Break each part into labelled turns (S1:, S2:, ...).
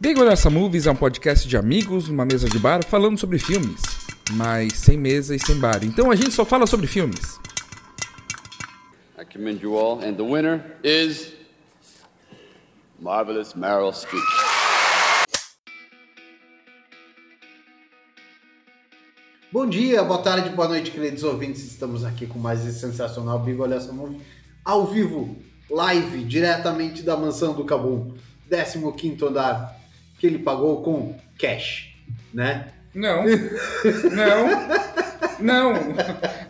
S1: Big Olhaça Movies é um podcast de amigos numa mesa de bar falando sobre filmes, mas sem mesa e sem bar. Então a gente só fala sobre filmes.
S2: I commend you all, and the winner is marvelous Meryl Streep.
S3: Bom dia, boa tarde, boa noite, queridos ouvintes. Estamos aqui com mais esse sensacional Big Olha Essa Movie ao vivo, live, diretamente da mansão do Cabum, 15 andar, que ele pagou com cash, né?
S1: Não, não, não,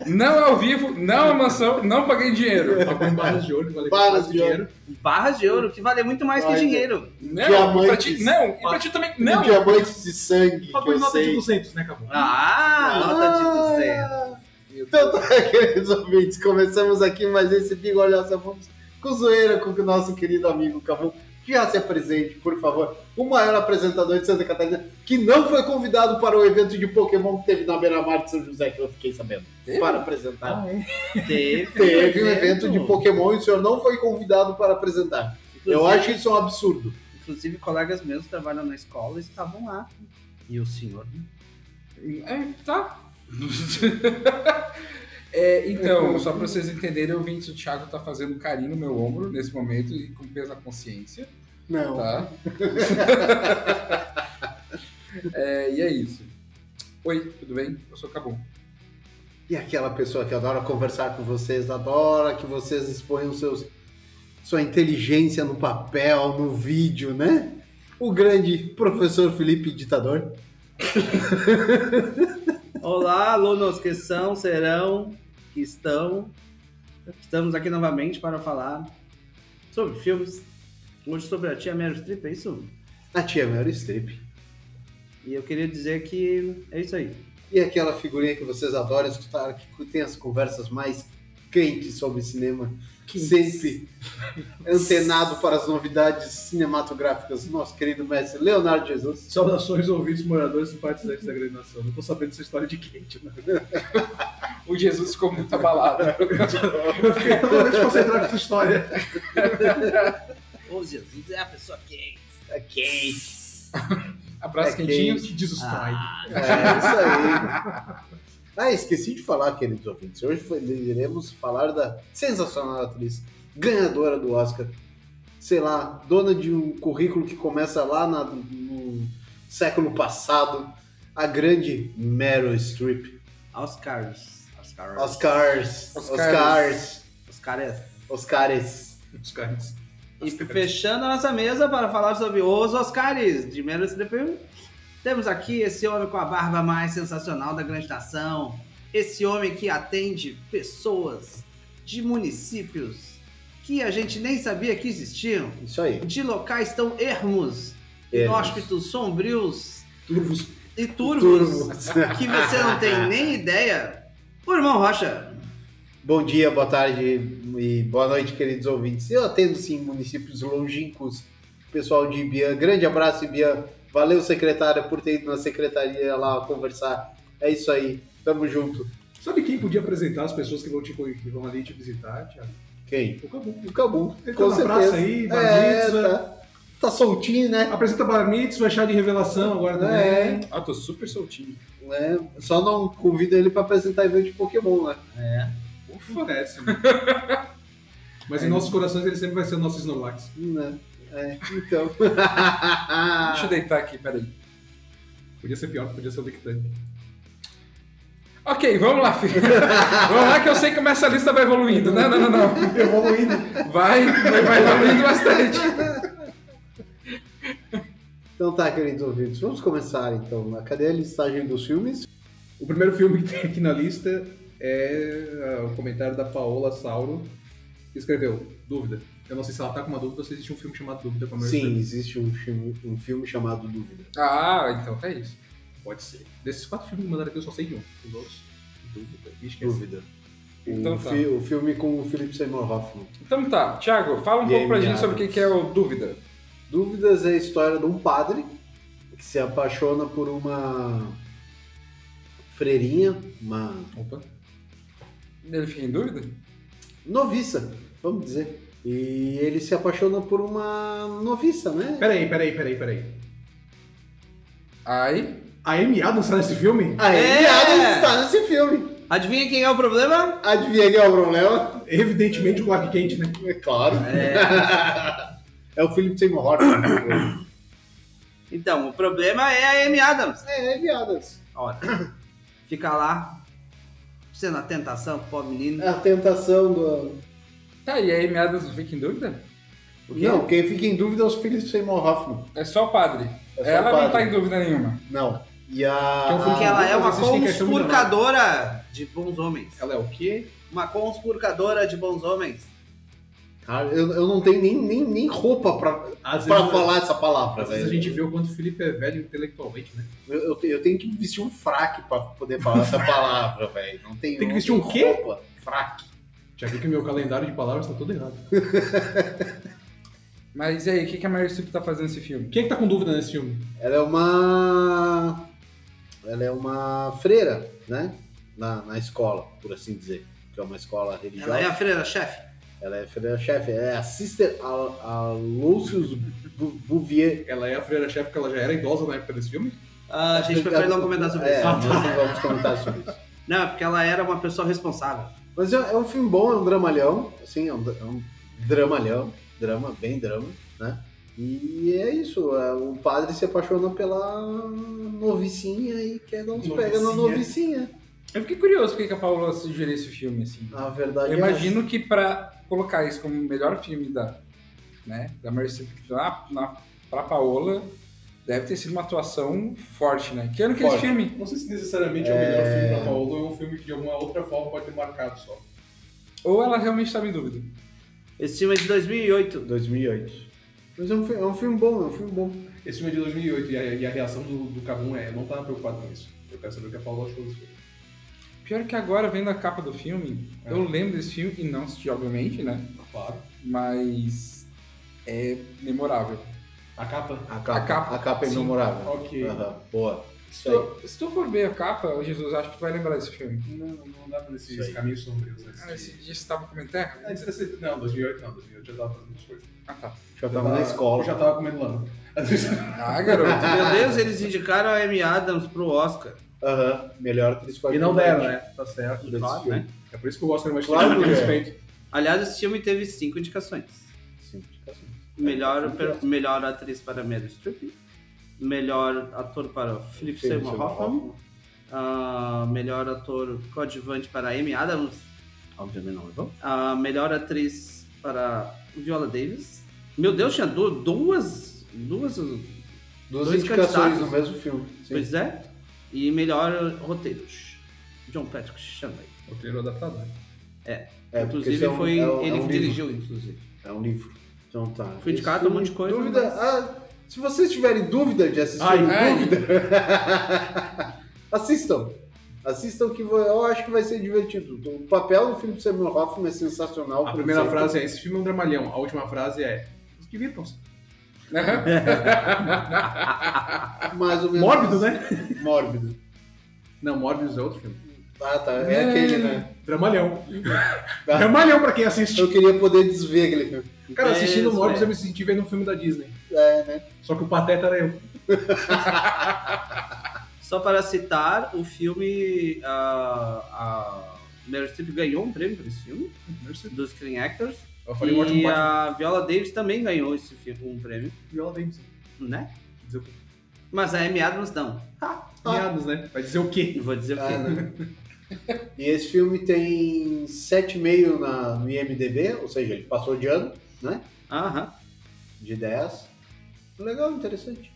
S1: não é ao vivo, não é mansão, não paguei dinheiro.
S4: barras de ouro, valeu
S3: Barras de ouro.
S5: Barras de ouro, que vale muito mais
S3: Olha.
S5: que dinheiro.
S1: Não,
S3: Diamantes.
S1: e pra ti, não, e pra ti também,
S3: E
S1: não.
S3: diamantes de sangue, que
S4: Pagou em
S3: eu
S4: nota de
S3: sei.
S4: 200, né, Cabo?
S5: Ah, nota de 200.
S3: Ah! Então tá, queridos ouvintes, começamos aqui mais esse Big Olha Essa Movie com zoeira com o nosso querido amigo Cabum. Que já se apresente, por favor. O maior apresentador de Santa Catarina, que não foi convidado para o evento de Pokémon que teve na Beira-Mar de São José, que eu fiquei sabendo. Para apresentar.
S5: Teve,
S3: Ah, é. Teve um evento de Pokémon e o senhor não foi convidado para apresentar. Eu acho isso um absurdo.
S5: Inclusive, colegas meus trabalham na escola e estavam lá. E o senhor?
S3: né?
S1: É, tá. É, então, só pra vocês entenderem, eu vim o Thiago tá fazendo carinho no meu ombro nesse momento e com peso na consciência,
S3: Não.
S1: tá? É, e é isso. Oi, tudo bem? Eu sou o Cabum.
S3: E aquela pessoa que adora conversar com vocês, adora que vocês exponham seus, sua inteligência no papel, no vídeo, né? O grande professor Felipe Ditador.
S5: Olá, alunos que são, serão, que estão. Estamos aqui novamente para falar sobre filmes. Hoje sobre a tia Meryl Streep, é isso?
S3: A tia Meryl Streep.
S5: E eu queria dizer que é isso aí.
S3: E aquela figurinha que vocês adoram escutar, que tem as conversas mais quentes sobre cinema. Sempre antenado para as novidades cinematográficas do nosso querido mestre Leonardo Jesus.
S4: Saudações, ouvintes, moradores e participantes da grande nação. Não tô sabendo essa história de quente, né?
S1: O Jesus ficou muito abalado.
S4: É, Eu fiquei totalmente concentrado nessa história.
S5: Ô, Jesus, é a pessoa quente.
S3: Ok.
S1: Abraço
S3: É
S1: quentinho.
S4: Que diz os pai.
S3: É isso aí. Ah, esqueci de falar, queridos ouvintes. Hoje foi- iremos falar da sensacional atriz, ganhadora do Oscar, sei lá, dona de um currículo que começa lá na- no século passado, a grande Meryl Streep.
S5: Oscars.
S3: Oscars,
S5: Oscars.
S1: Oscars.
S3: Oscars,
S5: Oscars.
S3: Oscars.
S4: Os caras.
S5: E fechando a nossa mesa para falar sobre os Oscars de Meryl Streep, temos aqui esse homem com a barba mais sensacional da grande nação, esse homem que atende pessoas de municípios que a gente nem sabia que existiam,
S3: Isso aí.
S5: de locais tão ermos,
S3: Ermos.
S5: inóspitos, sombrios
S4: Turvos.
S5: e turvos,
S3: Turvos.
S5: que você não tem nem ideia. O irmão Rocha,
S3: Bom dia, boa tarde e boa noite, queridos ouvintes. Eu atendo sim municípios longínquos. Pessoal de Ibian, grande abraço, Ibian. Valeu, secretária, por ter ido na secretaria lá conversar. É isso aí, tamo junto.
S4: Sabe quem podia apresentar as pessoas que vão, te, que vão ali te visitar, Thiago?
S3: Quem?
S4: O Cabu.
S3: O Cabum,
S4: Ele
S3: com
S4: tá na
S3: certeza.
S4: praça aí, né? bar
S3: é,
S4: mitzvah.
S3: tá, tá É. soltinho, né?
S4: Apresenta Bar Mitzvah, chá de revelação agora também.
S1: Ah, tô super soltinho.
S3: É, só não convido ele pra apresentar evento de Pokémon, né?
S4: Ufa. Péssimo.
S3: É.
S4: Mas em nossos corações ele sempre vai ser o nosso Snorlax.
S3: Né? É, então.
S1: Deixa eu deitar aqui, peraí.
S4: Podia ser pior, podia ser o Lictang.
S1: Ok, vamos lá, filho. vamos lá que eu sei como essa lista vai evoluindo. Não, não, não, não.
S4: Evoluindo.
S1: Vai, vai, vai evoluindo bastante.
S3: então tá, queridos ouvintes, vamos começar então. Cadê a listagem dos filmes?
S4: O primeiro filme que tem aqui na lista é ah, o comentário da Paola Sauro, que escreveu Dúvida. Eu não sei se ela tá com uma dúvida ou se existe um filme chamado Dúvida com a Meryl
S3: Sim,
S4: Streep.
S3: existe um filme, um filme chamado Dúvida.
S1: Ah, então tá isso.
S4: Pode ser. Desses quatro filmes que mandaram aqui, eu só sei de um. Os outros, Dúvida. Me esquece.
S3: Dúvida. O,
S1: Então tá.
S3: fi- o filme com o Philip Seymour Hoffman.
S1: Então tá, Thiago, fala um
S3: E
S1: pouco
S3: aí,
S1: pra
S3: minha
S1: gente sobre o que,
S3: Adams?
S1: que é o Dúvida.
S3: Dúvidas é a história de um padre que se apaixona por uma freirinha, uma
S4: Opa.
S1: Ele fica em dúvida?
S3: noviça, vamos dizer. E ele se apaixona por uma noviça, né?
S4: Peraí, peraí, peraí, peraí.
S1: Ai.
S4: A Amy Adams tá nesse filme?
S3: A Amy
S5: É!
S3: Adams está nesse filme.
S5: Adivinha quem é o problema?
S3: Adivinha quem é o problema?
S4: Evidentemente o Clark Kent, né?
S3: É claro. É, o Philip Seymour Hoffman.
S5: Então, o problema é a Amy Adams.
S3: é, é viadas.
S5: Olha, fica lá, sendo a tentação, do pobre menino.
S3: A tentação do...
S1: Tá, e aí meadas não fica em dúvida?
S5: O quê?
S3: Não, quem fica em dúvida é os Philip Seymour Hoffman.
S1: É só o padre.
S3: É só
S1: Ela
S3: o
S1: não
S3: padre.
S1: tá em dúvida nenhuma.
S3: Não. E a...
S4: Então foi
S5: Porque ela é uma
S4: Vocês têm questão de
S5: conspurcadora de bons homens.
S4: Ela é o quê?
S5: Uma conspurcadora de bons homens.
S3: Cara, eu, eu não tenho nem, nem, nem roupa pra,
S4: Às
S3: pra
S4: vezes-
S3: falar essa palavra,
S4: Às vezes
S3: velho.
S4: a gente vê o quanto o Felipe é velho intelectualmente, né?
S3: Eu, eu te- eu tenho que vestir um fraque pra poder falar essa palavra, velho. Não tenho.
S4: Tem que
S3: não
S4: vestir um
S3: tenho
S4: quê?
S3: Roupa. Fraque.
S4: Já vi que meu calendário de palavras tá todo errado.
S1: Mas e aí, o que, que a Mary Streep tá fazendo nesse filme?
S4: Quem é que tá com dúvida nesse filme?
S3: Ela é uma. Ela é uma freira, né? Na, na escola, por assim dizer. Que é uma escola religiosa.
S5: Ela é a freira-chefe.
S3: freira-chefe. Ela é a sister a, a Lucius Bu- Bouvier.
S4: Ela é a freira-chefe porque ela já era idosa na época desse filme?
S5: Ah, a gente prefere não comentar sobre
S3: É,
S5: isso.
S3: nós não vamos comentar sobre isso.
S5: Não, é porque ela era uma pessoa responsável.
S3: Mas é, é um filme bom, é um dramalhão, assim, é um, dra- é um dramalhão, drama, bem drama, né? E é isso, é, o padre se apaixona pela novicinha e quer dar uns pega na novicinha.
S1: Eu fiquei curioso porque que a Paula sugeriu esse filme, assim.
S3: Na verdade,
S1: Eu
S3: é
S1: imagino que pra colocar isso como o melhor filme da, né, da Mary Streep na, na, pra Paola, deve ter sido uma atuação forte, né? Que ano que é esse
S3: Forte.
S1: filme?
S4: Não sei se necessariamente é o melhor filme da Paola ou é um filme que de alguma outra forma pode ter marcado só.
S1: Ou ela realmente estava em dúvida?
S5: Esse filme é de 2008.
S3: 2008. Mas é um, fi- é um filme bom, é um filme bom.
S4: Esse filme é de 2008 e a, e a reação do, do Cabum é: não tava preocupado com isso. Eu quero saber o que a Paola achou desse filme.
S1: Pior que agora, vendo a capa do filme,
S4: É.
S1: eu lembro desse filme, e não assisti, obviamente, né?
S4: Claro.
S1: Mas é memorável.
S4: A capa?
S3: A capa, a
S1: capa,
S3: capa, é
S1: sim.
S3: memorável.
S4: Ok.
S3: Aham, boa. Isso
S1: Se
S3: aí.
S1: tu, se tu for ver a capa, ô Jesus, acho que tu vai lembrar desse filme.
S4: Não, não andava
S3: Isso
S4: nesses
S3: aí.
S4: caminhos sombrios.
S1: Ah,
S4: Né?
S1: esse dia você tava comendo terra?
S4: Antes desse... Não, 2008 não, 2008 já tava fazendo um outras coisas.
S1: Ah, tá.
S3: Já tava na escola.
S4: Eu já tá- tava comendo lama.
S1: Ah, garoto.
S5: Meu Deus, eles indicaram a Amy Adams pro Oscar.
S3: Aham, melhor atriz
S4: E não deram, né? Tá certo. desse
S5: Claro,
S4: filme. É por isso que eu gosto de mais
S3: Claro
S4: filme,
S3: que
S4: eu
S3: é.
S4: respeito.
S5: Coadjuvante. Aliás, esse filme teve cinco indicações.
S3: Sim, indicação.
S5: Melhor,
S3: Sim,
S5: per- melhor atriz para Meryl Streep. Melhor ator para Philip Seymour Hoffman. Ah, melhor ator coadjuvante para Amy Adams. Obviamente não levou. Ah, melhor atriz para Viola Davis. Meu Deus, tinha du- duas... Duas...
S3: Duas
S5: Dois
S3: indicações no
S5: candidatos.
S3: mesmo filme. Sim.
S5: Pois é. E melhor roteiros. John Patrick Shanley.
S4: Roteiro adaptado. né?
S3: É, porque
S5: inclusive
S3: esse é um-
S5: foi
S3: é um- é
S5: ele
S3: um
S5: que
S3: livro.
S5: dirigiu, inclusive.
S3: É um livro. Então tá. Esse
S5: Fui indicado a um
S3: filme,
S5: monte de coisa,
S3: Dúvida.
S5: mas-
S3: Ah, se vocês tiverem dúvida de assistir,
S4: Ai,
S1: ai.
S3: dúvida. assistam. Assistam que vo- eu acho que vai ser divertido. O papel do filme do Samuel Hoffman é
S5: Ah,
S3: sensacional.
S4: A
S3: por
S4: primeira
S3: exemplo.
S4: frase é: esse filme é um dramalhão. A última frase é: divirtam-se.
S5: é,
S3: Mais ou menos.
S4: Mórbido, né?
S3: Mórbido.
S4: Não, Mórbidos é outro filme.
S3: Ah, tá. É,
S1: É.
S3: aquele, né?
S4: Dramalhão.
S3: Tá.
S4: É
S5: É um-
S4: Dramalhão pra quem assiste.
S3: Eu queria poder desver aquele filme.
S4: Cara, assistindo
S5: Isso,
S4: Morbius
S5: é.
S4: eu me senti vendo um filme da Disney.
S3: É, né?
S4: Só que o Pateta era eu.
S5: Só para citar, o filme. ah, a Meryl Streep ganhou um prêmio para esse filme, do Screen Actors.
S4: Eu falei o ótimo
S5: E
S4: Batman.
S5: a Viola Davis também ganhou esse filme, um prêmio,
S4: Viola Davis.
S5: né?
S4: Vai Dizer o quê?
S5: Mas a Amy Adams não.
S4: Miados, né? Vai dizer o quê?
S5: E vou dizer o
S3: Ah,
S5: quê?
S3: né? E esse filme tem 7,5 na- no IMDB, ou seja, ele passou de ano, né?
S5: Aham.
S3: De 10. Legal, interessante.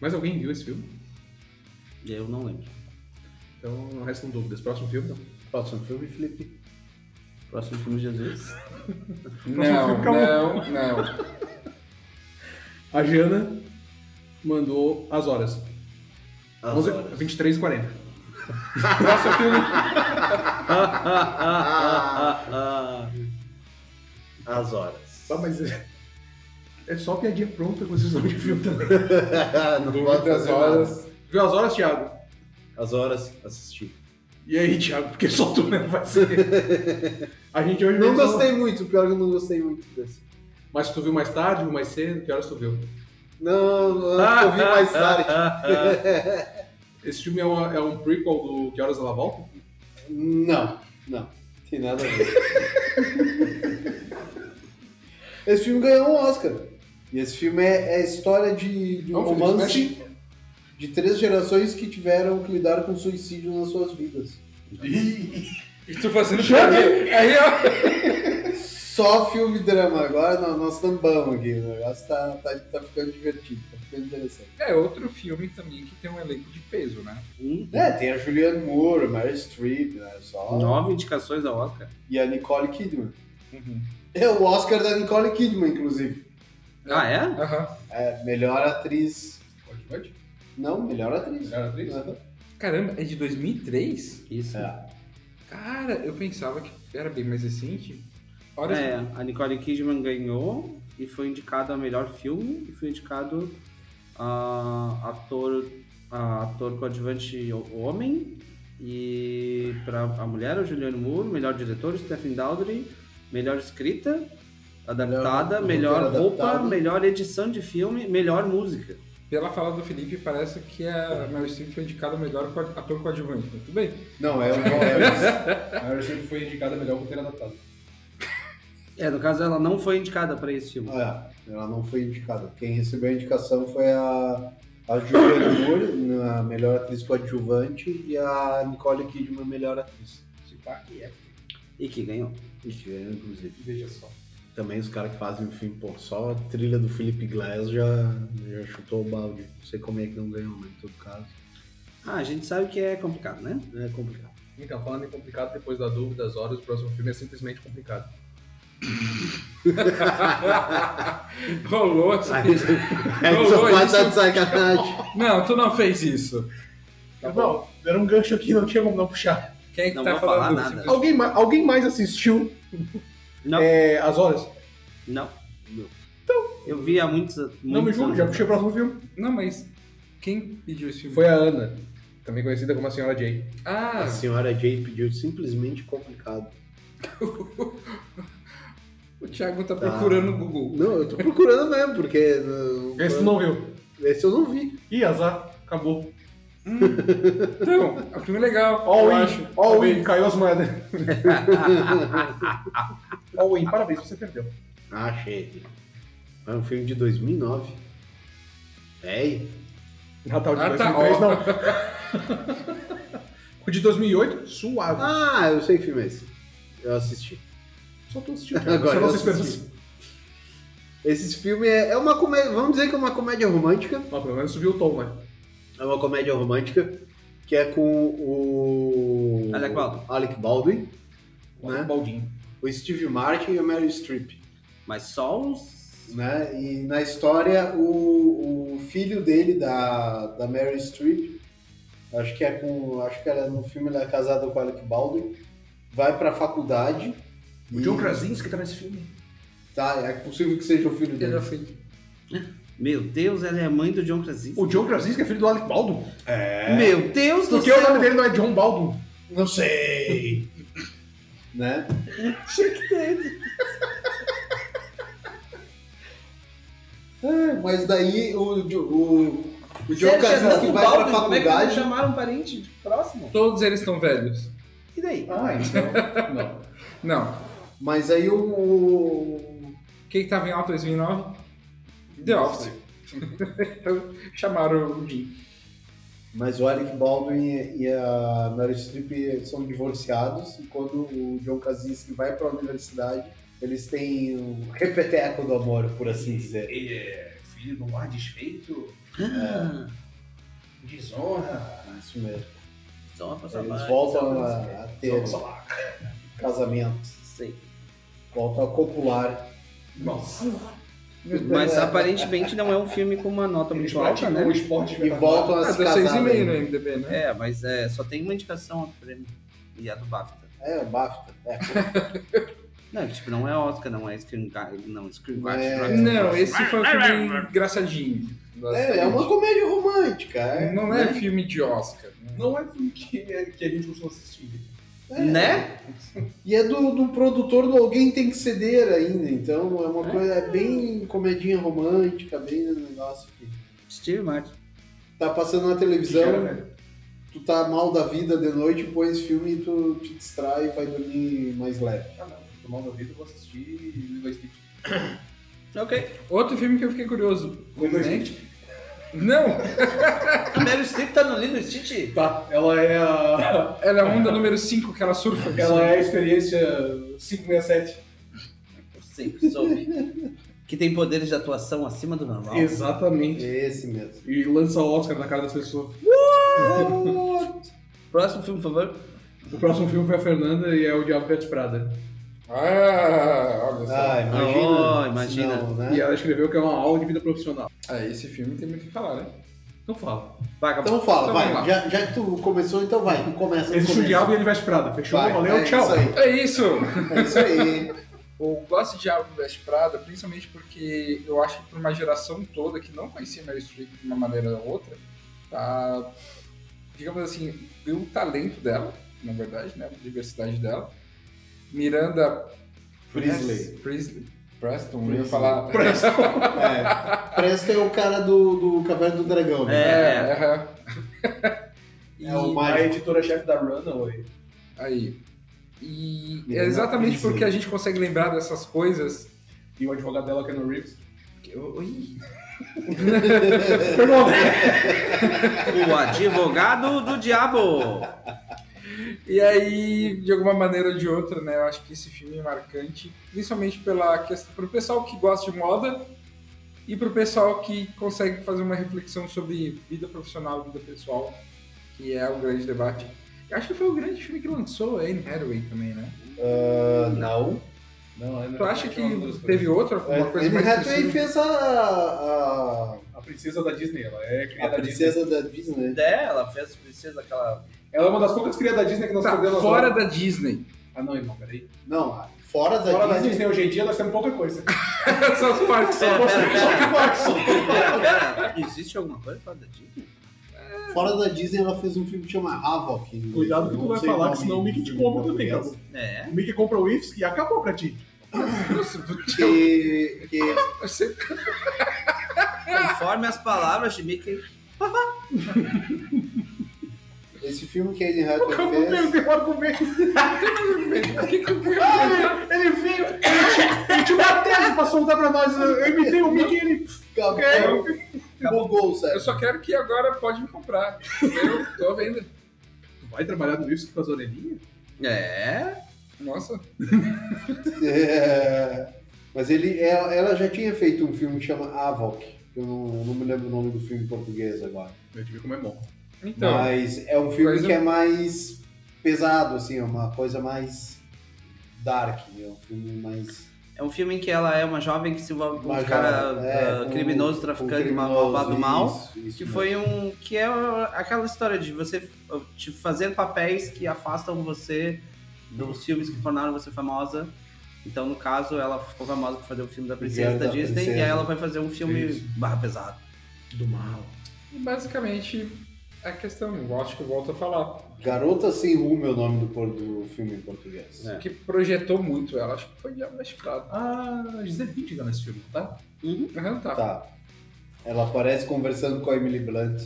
S4: Mas alguém viu esse filme?
S5: Eu não lembro.
S4: Então não restam dúvidas. Próximo filme? Não.
S3: Próximo um filme, Felipe.
S5: Próximo filme de Jesus.
S1: não, não, não.
S4: A Jana mandou as horas.
S3: As
S4: 11,
S3: horas.
S4: 23 e 40.
S1: Próximo filme.
S5: Ah, ah, ah, ah.
S3: As horas.
S4: Ah, mas é, é só piadinha pronta com esses nomes de filme também.
S3: Não pode
S1: Dúvida das
S3: fazer nada.
S1: horas.
S4: Viu as horas, Thiago?
S3: As horas, assisti.
S4: E aí, Thiago? Porque só tu mesmo vai ser. A gente hoje
S3: Não
S4: pensou-
S3: gostei muito, pior que eu não gostei muito desse.
S4: Mas tu viu mais tarde, viu mais cedo? Que horas tu viu?
S3: Não, eu ah, vi mais tarde.
S4: Esse filme é, uma- é um prequel do Que Horas Ela Volta?
S3: Não, não. Tem nada a ver. esse filme ganhou um Oscar. E esse filme é, é a história de, de um
S1: Não, Felipe,
S3: romance de três gerações que tiveram que lidar com suicídio nas suas vidas.
S1: E tu fazendo pra mim? Aí, ó.
S3: Só filme drama, agora nós, nós tampamos aqui. O negócio tá, tá, tá ficando divertido, tá ficando interessante.
S1: É outro filme também que tem um elenco de peso, né?
S5: Hum,
S3: É, tem a Julianne Moore, a Mary Streep, né? Só.
S5: Nove indicações ao Oscar.
S3: E a Nicole Kidman.
S1: Uhum.
S3: É o Oscar da Nicole Kidman, inclusive.
S5: Ah, é?
S1: Aham.
S3: É, melhor atriz.
S4: Coadjuvante?
S3: Não, melhor atriz.
S4: Melhor atriz?
S3: Aham.
S1: Caramba, é de 2003?
S5: Isso. É,
S3: É.
S1: Cara, eu pensava que era bem mais recente. Olha,
S5: É, a Nicole Kidman ganhou e foi indicado a melhor filme e foi indicado a ator, a ator coadjuvante homem e para a mulher, o Juliano Moore, melhor diretor, Stephen Daldry, melhor escrita adaptada,
S3: Melhor
S5: melhor,
S3: roteiro
S5: roupa,
S3: adaptado.
S5: melhor edição de filme, melhor música.
S1: pela fala do Felipe, parece que a Meryl Streep foi indicada o melhor co- ator coadjuvante. Mas Tudo bem.
S3: Não, é o é,
S4: A Mary Streep foi indicada a melhor roteiro adaptado.
S5: É, no caso ela não foi indicada para esse filme.
S3: é, Ela não foi indicada. Quem recebeu a indicação foi a, a Julianne Moore, a melhor atriz coadjuvante, e a Nicole Kidman, melhor atriz.
S4: Se pá, que é.
S5: E que ganhou.
S3: Ixi, é, Inclusive.
S4: Veja só.
S3: Também os caras que fazem o filme, pô, só a trilha do Felipe Glass já, já chutou o balde. Não sei como é que não ganhou, mas em todo caso.
S5: Ah, a gente sabe que é complicado, né?
S3: É complicado.
S4: Então, falando em complicado, depois da dúvida, das horas, o próximo filme é simplesmente complicado.
S1: Rolou essa.
S3: Aí
S1: Rolou
S3: só vai
S1: isso.
S3: tá de sacanagem.
S1: Não, tu não fez isso.
S4: Tá bom, era um gancho aqui, não tinha como não puxar.
S1: Quem é que
S5: Não
S1: tá
S5: vou
S1: falando
S5: falar
S1: do
S5: nada.
S1: Simples-
S4: Alguém, ma- alguém mais assistiu
S5: Não.
S4: é, As Horas?
S5: Não. Eu vi há muitos, muitos
S4: Não me julgo,
S5: anos
S4: já
S5: atrás.
S4: puxei o próximo filme.
S1: Não, mas quem pediu esse filme?
S4: Foi a Ana, também conhecida como a Senhora Jay.
S1: Ah,
S3: A senhora Jay pediu simplesmente complicado.
S1: o Thiago tá
S3: Tá.
S1: procurando no Google.
S3: Não, eu tô procurando mesmo, porque. não-
S4: Esse tu não viu.
S3: Esse eu não vi.
S4: Ih, azar, acabou.
S1: Então, é um filme legal.
S4: All
S1: eu
S4: in,
S1: acho. Tá
S4: all
S1: Também.
S4: in, caiu as moedas. all in, parabéns, você perdeu.
S3: Ah, Achei. É um filme de 2009. É?
S4: Natal de
S1: Ah, tá,
S4: 2003,
S1: ó.
S4: não. o de 2008, suave.
S3: Ah, eu sei que filme é esse. Eu assisti.
S4: Só tô assistindo.
S3: Agora
S4: Agora,
S3: eu
S4: nossa
S3: assisti.
S4: esperança.
S3: Esse filme é, é uma comédia. Vamos dizer que é uma comédia romântica.
S4: Ó, pelo menos subiu o tom, né?
S3: É uma comédia romântica que é com o.
S5: Alec Baldwin.
S3: Alec Baldwin,
S4: Bota
S3: Né?
S4: um baldinho.
S3: o Steve Martin e a Meryl Streep.
S5: Mas só os.
S3: né? E na história, o, o filho dele, da, da Mary Streep, acho que é com. Acho que ela, no filme ela é casada com o Alec Baldwin, vai pra faculdade.
S4: O John Krasinski tá nesse filme.
S3: Tá, é possível que seja o filho
S1: Ele é
S3: dele.
S1: filho.
S5: Meu Deus, ela é mãe do John Krasinski.
S4: O John Krasinski é filho do Alec Baldwin?
S3: É.
S5: Meu Deus do
S4: Porque
S5: céu!
S4: o nome dele não é John Baldwin.
S3: Não sei! né? É, mas daí o, o, o John
S5: Sério, tinha
S3: Krasinski
S5: tanto
S3: vai pra
S5: balde, como é que não
S3: faculdade.
S5: chamaram um parente próximo?
S1: Todos eles estão velhos.
S5: E daí?
S4: Ah,
S3: é.
S4: então. não.
S1: Não.
S3: Mas aí o- o
S1: Quem que tava em alta em 2009? The Office. então, chamaram o Jim.
S3: Mas o Alec Baldwin e a Meryl Streep são divorciados e quando o John Krasinski vai para a universidade, eles têm o repeteco do amor, por assim dizer.
S4: Ele é filho do mar desfeito,
S5: Ah,
S4: desonra.
S3: É Isso mesmo.
S5: Só pra
S3: Eles
S5: saber.
S3: voltam a, a ter
S4: Solar.
S3: casamento,
S5: Sei.
S3: voltam a copular.
S4: Nossa.
S5: Mas aparentemente não é um filme com uma nota
S4: Eles
S5: muito alta,
S4: praticam o
S5: né?
S4: esporte
S3: E voltam a
S1: Ah,
S3: se
S1: deu 6,5
S3: casar.
S1: no
S3: né?
S1: MDB, né?
S5: É, mas é, só tem uma indicação ao prêmio. E a do BAFTA.
S3: É, o BAFTA. É.
S5: Não, tipo, não é Oscar, não é Screen Guy, não, Screen Guard.
S3: É.
S1: Não, esse foi um filme engraçadinho.
S3: É, é uma comédia romântica. É,
S1: Não é filme de Oscar.
S4: Não é filme que, que a gente costuma assistir.
S3: É.
S5: Né?
S3: E é do, do produtor do Alguém Tem é Que Ceder ainda, então é uma coisa é bem comedinha romântica, bem negócio que...
S5: Steve Martin.
S3: Tá passando na
S4: Cara,
S3: televisão,
S4: velho.
S3: tu tá mal da vida de noite, põe esse filme e tu te distrai e vai dormir mais leve.
S4: Ah, não. Tomar uma vida, eu vou assistir Lilo e Stitch.
S5: Ok.
S1: Outro filme que eu fiquei curioso.
S4: Lilo e
S1: Covenant? Não!
S5: A Meryl Streep tá no Lilo e Stitch?
S4: Tá, ela é a.
S1: Ela é a onda número 5 que ela surfa.
S4: Ela é a experiência 567.
S5: Eu sempre soube. que tem poderes de atuação acima do normal.
S4: Ah. Exatamente.
S3: Esse mesmo.
S4: E lança o Oscar na cara das pessoas.
S5: Próximo filme, por favor.
S4: O próximo filme foi a Fernanda e é o Diabo Veste Prada.
S1: Ah, olha só.
S3: Ah, imagina.
S5: Oh, imagina.
S3: Não,
S4: E
S3: né?
S4: ela escreveu que é uma aula de vida profissional.
S1: Ah, esse filme tem muito o que falar, né?
S4: Então fala.
S5: Vagabundo.
S3: Então fala,
S1: Então
S3: vai.
S1: vamos lá.
S3: Já, já que tu começou, então vai. Tu começa. tu
S4: Existe o
S3: começa.
S4: Diabo e ele Veste Prada. Fechou?
S3: Vai,
S4: Valeu,
S3: é
S4: tchau.
S3: Isso aí.
S1: É isso!
S3: É isso aí.
S1: Eu gosto de Diabo Veste Prada, principalmente porque eu acho que por uma geração toda que não conhecia Meryl Streep de uma maneira ou outra, tá, digamos assim, viu o talento dela, na verdade, né, a diversidade dela. Miranda
S3: Priestley.
S1: Priestley. Preston, eu ia
S3: Priestley.
S1: falar. né,
S3: É. Presta é o cara do, do Caverna do Dragão.
S1: É,
S3: né?
S1: é. E
S3: É o
S4: A
S3: mais.
S4: editora-chefe da Runaway.
S1: aí. E é
S3: Miranda
S1: exatamente
S3: Priestley.
S1: porque a gente consegue lembrar dessas coisas.
S4: E o advogado dela, Keanu Reeves.
S1: que- Oi.
S4: Perdão.
S5: O advogado do diabo.
S1: E aí, de alguma maneira ou de outra, né? Eu acho que esse filme é marcante, principalmente pela questão pro pessoal que gosta de moda e pro pessoal que consegue fazer uma reflexão sobre vida profissional, vida pessoal, que é um grande debate. Eu acho que foi o grande filme que lançou a Anne Hathaway também, né?
S3: Ah, não. é
S4: Não, é
S1: Tu acha que teve outra, alguma coisa
S3: Anne
S1: mais
S3: Hathaway
S1: específica?
S3: fez a, a,
S4: A princesa da Disney, ela é cria
S3: a
S4: da Disney.
S3: princesa da Disney.
S5: É, ela fez princesa aquela.
S4: Ela é uma das poucas crias da Disney que nós
S1: Tá,
S4: perdemos
S1: fora
S4: agora.
S1: da Disney.
S4: Ah, não, irmão, peraí.
S3: Não, fora da
S4: Fora da
S3: Disney.
S4: Disney, hoje em dia, nós temos pouca coisa.
S1: Essas partes são
S5: Pera, pera,
S3: Só que fora- só-
S5: pera, pera. Existe alguma coisa fora da Disney?
S3: Fora da Disney, ela fez um filme que chama Havoc. em inglês.
S4: Cuidado que
S3: Eu
S4: tu
S3: não
S4: vai
S3: sei
S4: falar,
S3: nome
S4: que senão o Mickey
S3: do
S4: te
S3: filme
S4: compra também,
S3: português.
S4: cara.
S5: É.
S4: O Mickey compra o IFSC e acabou pra ti.
S3: Que, que
S1: Você-
S5: Conforme as palavras de Mickey.
S3: esse filme que a Anne
S4: Eu não
S3: Hathaway fez...
S4: perdeu o argumento.
S1: O que que eu tenho a ver?
S4: Ah, Ele veio, ele tinha, ele tinha uma tese pra soltar pra nós. Eu imitei o Mickey e ele...
S3: Acabou.
S4: É.
S3: Bugou,
S1: Eu
S3: sério.
S1: só quero que agora pode me comprar. Eu tô vendo.
S4: Tu vai trabalhar no IFSC com as orelhinhas?
S5: É.
S1: Nossa.
S3: É, Mas ele, ela, ela já tinha feito um filme que chama Havoc. que Eu não, eu não me lembro o nome do filme em português agora.
S4: Eu tive como é bom.
S1: Então.
S3: Mas é um filme
S1: Coisa-
S3: que é mais pesado, assim, é uma coisa mais dark, é um filme mais.
S5: É um filme em que ela é uma jovem que se envolve com um
S3: mais
S5: cara
S3: dark. É,
S5: ah,
S3: com-
S5: criminoso,
S3: com
S5: traficante, mal-
S3: criminoso,
S5: malvado mal.
S3: isso, isso
S5: Que
S3: mesmo.
S5: foi um. Que é aquela história de você ah, te fazer papéis que afastam você dos filmes que tornaram você famosa. Então, no caso, ela ficou famosa por fazer o filme da princesa
S3: Diário
S5: da
S3: da
S5: Disney e
S3: Princesa.
S5: aí ela vai fazer um filme
S4: Isso.
S5: barra pesado.
S4: Do mal.
S1: E basicamente é a questão, eu acho que eu volto a falar.
S3: Garota Sem Rumo é o nome do, por- do filme em português.
S5: É.
S1: O que projetou muito ela, acho que foi Diabo Veste Prada.
S4: Ah, Gisele Bündchen nesse filme, tá?
S1: Aham, tá.
S3: Tá. Ela aparece conversando com a Emily Blunt.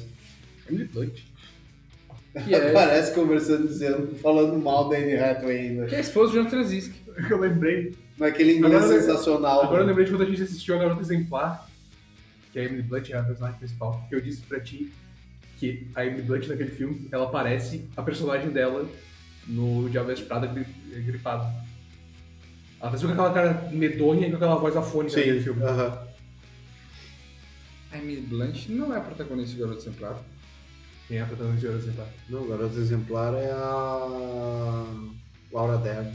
S4: Emily Blunt.
S1: Que, é,
S3: Aparece conversando, dizendo, falando mal da Anne Hathaway ainda.
S1: que é a esposa de John Krasinski.
S4: Eu lembrei
S3: Naquele inglês
S4: Agora eu-
S3: sensacional.
S4: Agora eu lembrei de quando a gente assistiu a Garota Exemplar, que a Emily Blunt é a personagem principal, que eu disse pra ti que a Emily Blunt naquele filme, ela parece a personagem dela no Diabo Veste Prada gri- gripado. Ela parece com aquela cara medonha e com aquela voz afônica
S3: Sim,
S4: daquele filme.
S3: aham.
S1: A Emily Blunt não é a protagonista de Garoto Exemplar.
S4: Quem é a protagonista de Garota Exemplar?
S3: Não, garota exemplar é a Laura Dern.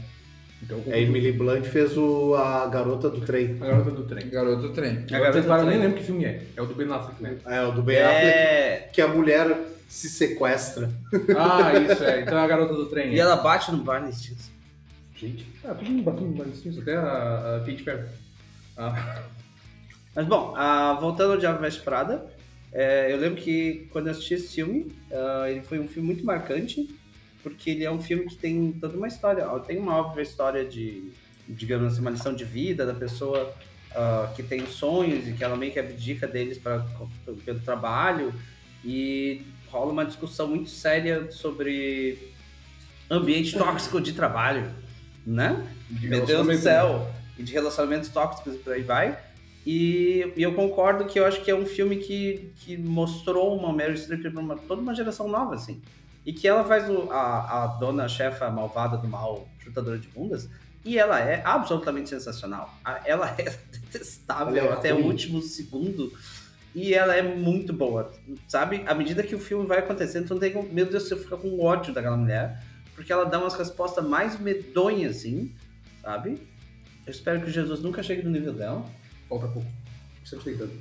S4: Então,
S3: A Emily Blunt fez o, a garota do trem.
S4: A Garota do Trem.
S1: Garoto Trem.
S5: A Garota
S4: A Garota
S5: do
S4: Exemplar, eu nem
S5: Trem.
S4: lembro que filme é. É o do Ben Affleck, né?
S3: É, o do Ben Affleck,
S5: É.
S3: que a mulher se sequestra.
S4: Ah, isso é. Então é a Garota do Trem.
S5: E ela bate no Barney Stinson.
S4: Gente. Ah, todo mundo bateu no Barney Stinson, até a, a Kate Perry. Ah,
S5: Mas bom, ah, voltando ao Diabo Veste Prada, eh, eu lembro que quando eu assisti esse filme, ah, ele foi um filme muito marcante, porque ele é um filme que tem toda uma história. ó, Tem uma óbvia história de, digamos assim, uma lição de vida da pessoa ah, que tem sonhos e que ela meio que abdica deles pra, pelo trabalho. E rola uma discussão muito séria sobre ambiente tóxico de trabalho, né?
S4: De
S5: Meu Deus do
S4: relacionamento. né?
S5: céu! E de relacionamentos tóxicos e por aí vai. E, e eu concordo que eu acho que é um filme que, que mostrou uma Meryl Streep pra uma, toda uma geração nova, assim. E que ela faz o- a, a dona chefa malvada do mal, chutadora de bundas, e ela é absolutamente sensacional. A- Ela é detestável
S3: Ela é
S5: até o
S3: ruim.
S5: último segundo. E ela é muito boa, sabe? À medida que o filme vai acontecendo, tu não tem como... Meu Deus, você fica com ódio daquela mulher. Porque ela dá umas respostas mais medonhas, assim, sabe? Eu espero que o Jesus nunca chegue no nível dela.
S4: Falta pouco. Estamos tentando.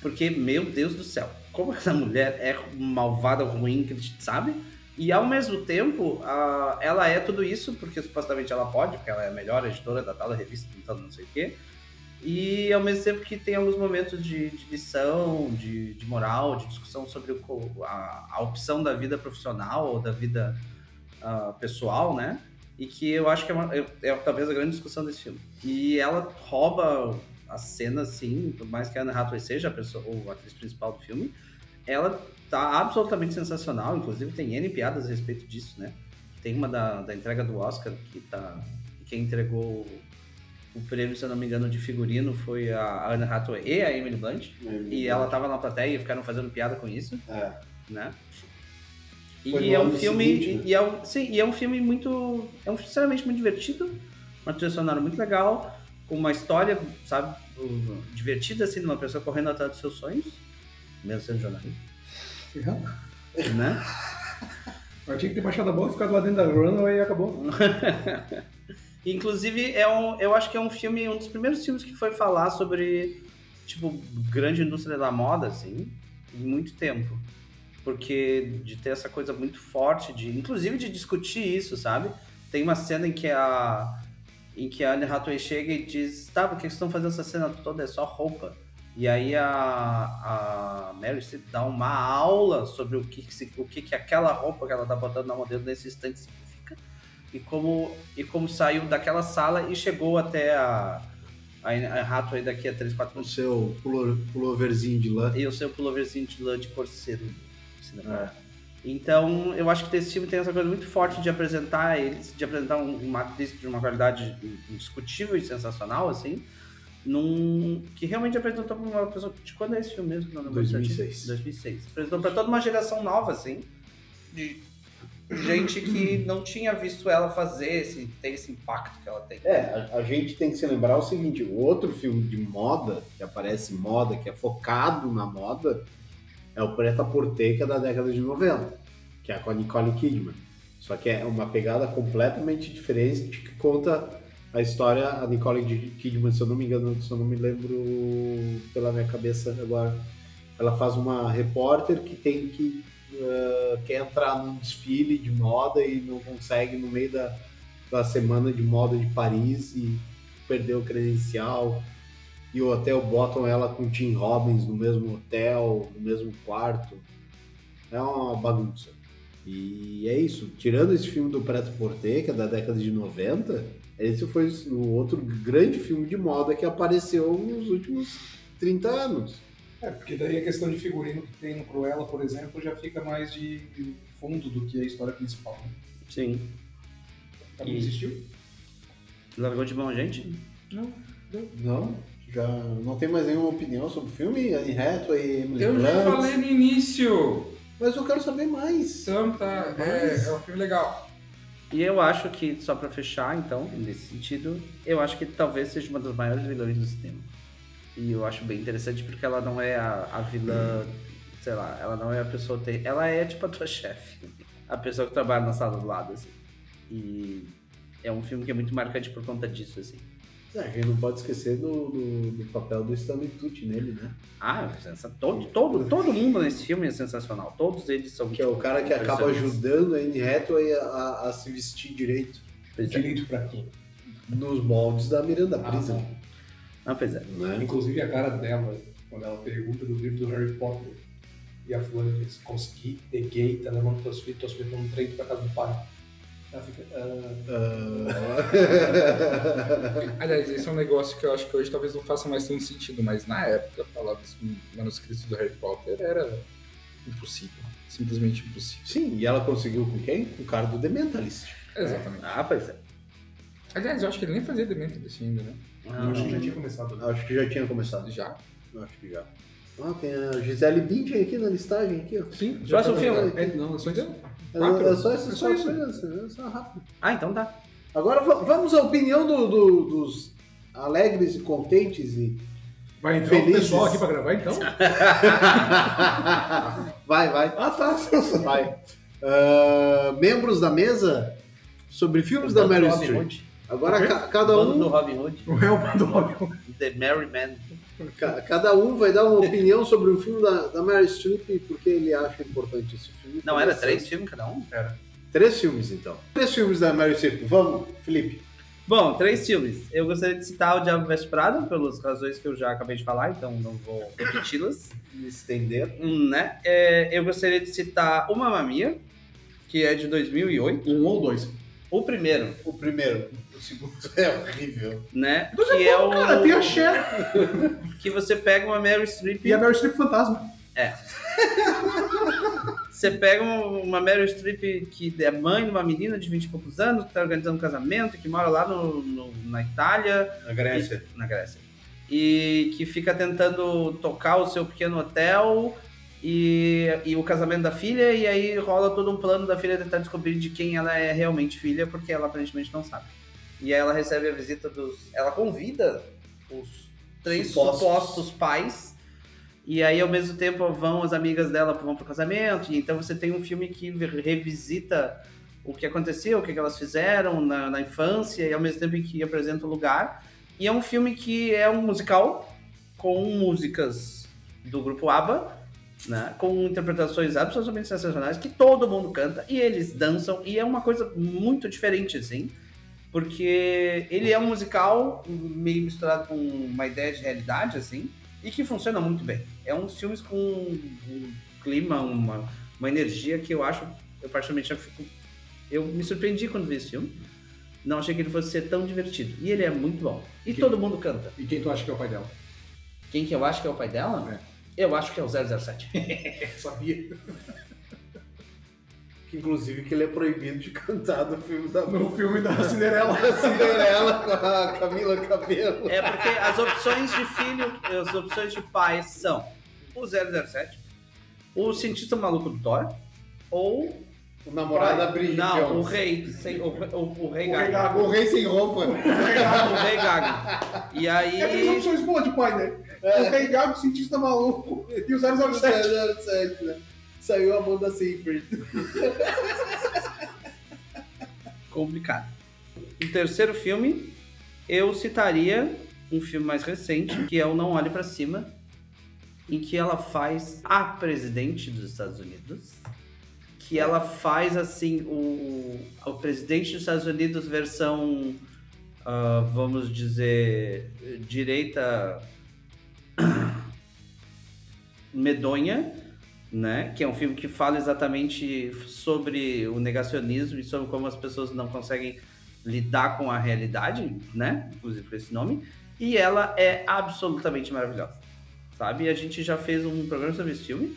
S5: Porque, meu Deus do céu, como essa mulher é malvada, ruim, que a gente sabe? E ao mesmo tempo, ah, ela é tudo isso, porque supostamente ela pode, porque ela é a melhor editora da tal da revista, então não sei o quê. E ao mesmo tempo que tem alguns momentos de, de lição, de, de moral, de discussão sobre o co- a, a opção da vida profissional ou da vida ah, pessoal, né? E que eu acho que é, uma- é- é talvez a grande discussão desse filme. E ela rouba a cena, assim, por mais que a Anne Hathaway seja a, pessoa, ou a atriz principal do filme, ela tá absolutamente sensacional, inclusive tem N piadas a respeito disso, né? Tem uma da, da entrega do Oscar que tá. Quem entregou o prêmio, se eu não me engano, de figurino foi a Anne Hathaway e a Emily Blunt. E ela tava na plateia e ficaram fazendo piada com isso
S3: É.
S5: né?
S3: Foi
S5: E
S3: no
S5: é um
S3: ano
S5: filme,
S3: seguinte, né?
S5: e é um, sim, e é um filme muito, é um filme sinceramente muito divertido, uma trilha sonora muito legal, com uma história, sabe, do- divertida assim, de uma pessoa correndo atrás dos seus sonhos, mesmo sendo jornalista, né?
S4: Eu tinha que ter baixado a bola, ficado lá dentro da runway e acabou.
S5: Inclusive é um, eu acho que é um filme, um dos primeiros filmes que foi falar sobre tipo grande indústria da moda assim, em muito tempo. porque de ter essa coisa muito forte de, inclusive de discutir isso, sabe? Tem uma cena em que a em que a Anne Hathaway chega e diz, tá, por que vocês estão fazendo essa cena toda? É só roupa. E aí a, a Mary Streep dá uma aula sobre o que, que se- o que, que aquela roupa que ela tá botando na modelo nesse instante significa e como, e como saiu daquela sala e chegou até a, a Anne Hathaway daqui a 3, 4
S3: O
S5: minutos.
S3: seu pulo- pulloverzinho de lã.
S5: E o seu pulloverzinho de lã de corseiro. se não me engano. Então, eu acho que esse filme tem essa coisa muito forte de apresentar eles, de apresentar um- uma atriz de uma qualidade indiscutível e sensacional, assim, num, que realmente apresentou pra uma pessoa. De quando é esse filme mesmo? que eu Não lembro certinho?
S3: 2006.
S5: 2006. Apresentou pra toda uma geração nova, assim, de gente que não tinha visto ela fazer, esse, ter esse impacto que ela tem.
S3: É, a, a gente tem que se lembrar o seguinte: o outro filme de moda, que aparece moda, que é focado na moda, é o Preta Porteca da década de 90, que é com a Nicole Kidman. Só que é uma pegada completamente diferente que conta a história. A Nicole Kidman, se eu não me engano, se eu não me lembro pela minha cabeça agora, ela faz uma repórter que tem que. eh, quer entrar num desfile de moda e não consegue no meio da, da semana de moda de Paris e perdeu o credencial. E o hotel botam ela com o Tim Robbins no mesmo hotel, no mesmo quarto. É uma bagunça. E é isso. Tirando esse filme do Preto Porteca, é da década de 90, esse foi o outro grande filme de moda que apareceu nos últimos 30 anos.
S6: É, porque daí a questão de figurino que tem no Cruella, por exemplo, já fica mais de de fundo do que a história principal. né?
S5: Sim.
S6: Ela
S5: E-
S6: Não existiu?
S5: Largou de mão, gente?
S3: Não? Já não tem mais nenhuma opinião sobre o filme? Anne Hathaway, Emily
S1: Eu já
S3: Blunt?
S1: falei no início.
S3: Mas eu quero saber mais.
S1: Sam tá. É, é um filme legal.
S5: E eu acho que, só pra fechar, então, nesse sentido, eu acho que talvez seja uma das maiores vilões do cinema. E eu acho bem interessante porque ela não é a, a vilã, sei lá, ela não é a pessoa ter. Ela é tipo a tua chefe. A pessoa que trabalha na sala do lado, assim. E é um filme que é muito marcante por conta disso, assim.
S3: É, A gente não pode esquecer do, do, do papel do Stanley Tucci nele, né?
S5: Ah, sensa- todo, todo, todo mundo nesse filme é sensacional. Todos eles são. tipo,
S3: Que é o cara que acaba ajudando a Anne Hathaway a, a, a se vestir direito
S5: Pois é.
S6: Direito pra quem?
S3: nos moldes da Miranda
S6: Ah,
S3: Prisa,
S5: Ah, pois é.
S3: né?
S6: Inclusive a cara dela, quando ela pergunta do livro do Harry Potter. um E a fulana diz, consegui, peguei, tá levando tuas filhas, tuas filhas estão no trem pra casa do pai. Ela fica, ah,
S1: Aliás, esse é um negócio que eu acho que hoje talvez não faça mais tanto sentido, mas na época, falar dos manuscritos do Harry Potter era impossível. Simplesmente impossível.
S3: Sim, e ela conseguiu com quem? Com o cara do The Mentalist.
S1: Exatamente.
S5: Ah, pois é.
S1: Aliás, eu acho que ele nem fazia Dementor ainda, né?
S4: Ah,
S6: eu
S5: Ah,
S6: acho que já tinha começado. né?
S3: Acho que já tinha começado.
S1: Já.
S3: Acho que já. Ah, tem a Gisele Bündchen aqui na listagem, aqui, ó. tá
S1: Sim. Já
S5: Próximo
S1: foi
S5: filme.
S1: verdade.
S4: É, não, é só isso.
S1: Quatro?
S3: É, é só
S1: É
S3: essa é
S1: só
S3: só
S1: isso.
S3: coisa, é só rápido.
S5: Ah, então tá.
S3: Agora va- vamos à opinião do- do- dos alegres e contentes e.
S4: Vai entrar o
S3: Felizes.
S4: pessoal aqui pra gravar, então?
S3: vai, vai. Ah, tá. Vai. Ah, membros da mesa sobre filmes da
S5: Bando do
S3: Meryl
S5: Robin
S3: Streep.
S5: Hood.
S3: Agora
S4: Ok.
S3: ca- cada
S5: Bando do
S3: um,
S5: Robin Hood.
S4: O Elba do Robin.
S5: The Merry Man.
S3: ca- cada um vai dar uma opinião sobre um filme da, da Meryl Streep e por que ele acha importante esse filme.
S5: Não, era três filmes cada um?
S3: Três filmes, então. Três filmes da Meryl Streep. Vamos, Felipe.
S5: Bom, três filmes. Eu gostaria de citar O Diabo Veste Prada, pelas razões que eu já acabei de falar, então não vou repeti-las.
S3: Me estender.
S5: Hum, né? É, eu gostaria de citar O Mamma Mia, que é de 2008.
S4: Um ou dois.
S5: O primeiro,
S3: O primeiro. O segundo é horrível.
S5: né? que é o...
S4: Cara, tem a Cher
S5: Que você pega uma Mary Streep...
S4: e a Meryl Streep fantasma.
S5: Você pega um- uma Meryl Streep que é mãe de uma menina de 20 e poucos anos, que tá organizando um casamento, que mora lá no- no- na Itália,
S3: A Grécia.
S5: na Grécia, e que fica tentando tocar o seu pequeno hotel e, e o casamento da filha, e aí rola todo um plano da filha tentar descobrir de quem ela é realmente filha, porque ela aparentemente não sabe. E aí ela recebe a visita dos. Ela convida os três
S3: Supostos.
S5: supostos, pais. E aí, ao mesmo tempo, vão as amigas dela vão pro casamento. E então você tem um filme que revisita o que aconteceu, o que que elas fizeram na, na infância, e ao mesmo tempo em que apresenta o lugar. E é um filme que é um musical com músicas do grupo ABBA, né? Com interpretações absolutamente sensacionais que todo mundo canta e eles dançam e é uma coisa muito diferente assim, porque ele é um musical meio misturado com uma ideia de realidade assim e que funciona muito bem. É uns filmes com um clima, uma, uma energia que eu acho, eu particularmente eu fico, eu me surpreendi quando vi esse filme. Não achei que ele fosse ser tão divertido. E ele é muito bom. E
S4: Que-
S5: todo mundo canta.
S4: E quem tu acha que é o pai dela?
S5: Quem que eu acho que é o pai dela? Eu acho que é o 007.
S4: Sabia.
S3: Que, inclusive, que ele é proibido de cantar do filme da
S4: No filme da Cinderela.
S3: A Cinderela com a Camila Cabelo.
S5: É porque as opções de filho, as opções de pai são o 007, o cientista maluco do Thor ou
S3: O namorado da Bridget
S5: não, o
S3: Jones.
S5: rei, sem- o, o, o rei
S4: O Rei
S5: Gaga.
S4: Gaga.
S3: O rei sem roupa.
S5: O rei Gaga. E aí
S4: É três opções boas de pai, né? O Rei Gago, o cientista maluco e o 007.
S3: 007, né? Saiu a mão da Seyfried.
S5: complicado. O terceiro filme, eu citaria um filme mais recente, que é o Não Olhe Pra Cima, em que ela faz a presidente dos Estados Unidos, que ela faz assim o, o presidente dos Estados Unidos versão, ah, vamos dizer, direita medonha, né? Que é um filme que fala exatamente sobre o negacionismo e sobre como as pessoas não conseguem lidar com a realidade, né? Inclusive com esse nome. E ela é absolutamente maravilhosa, sabe? A gente já fez um programa sobre esse filme,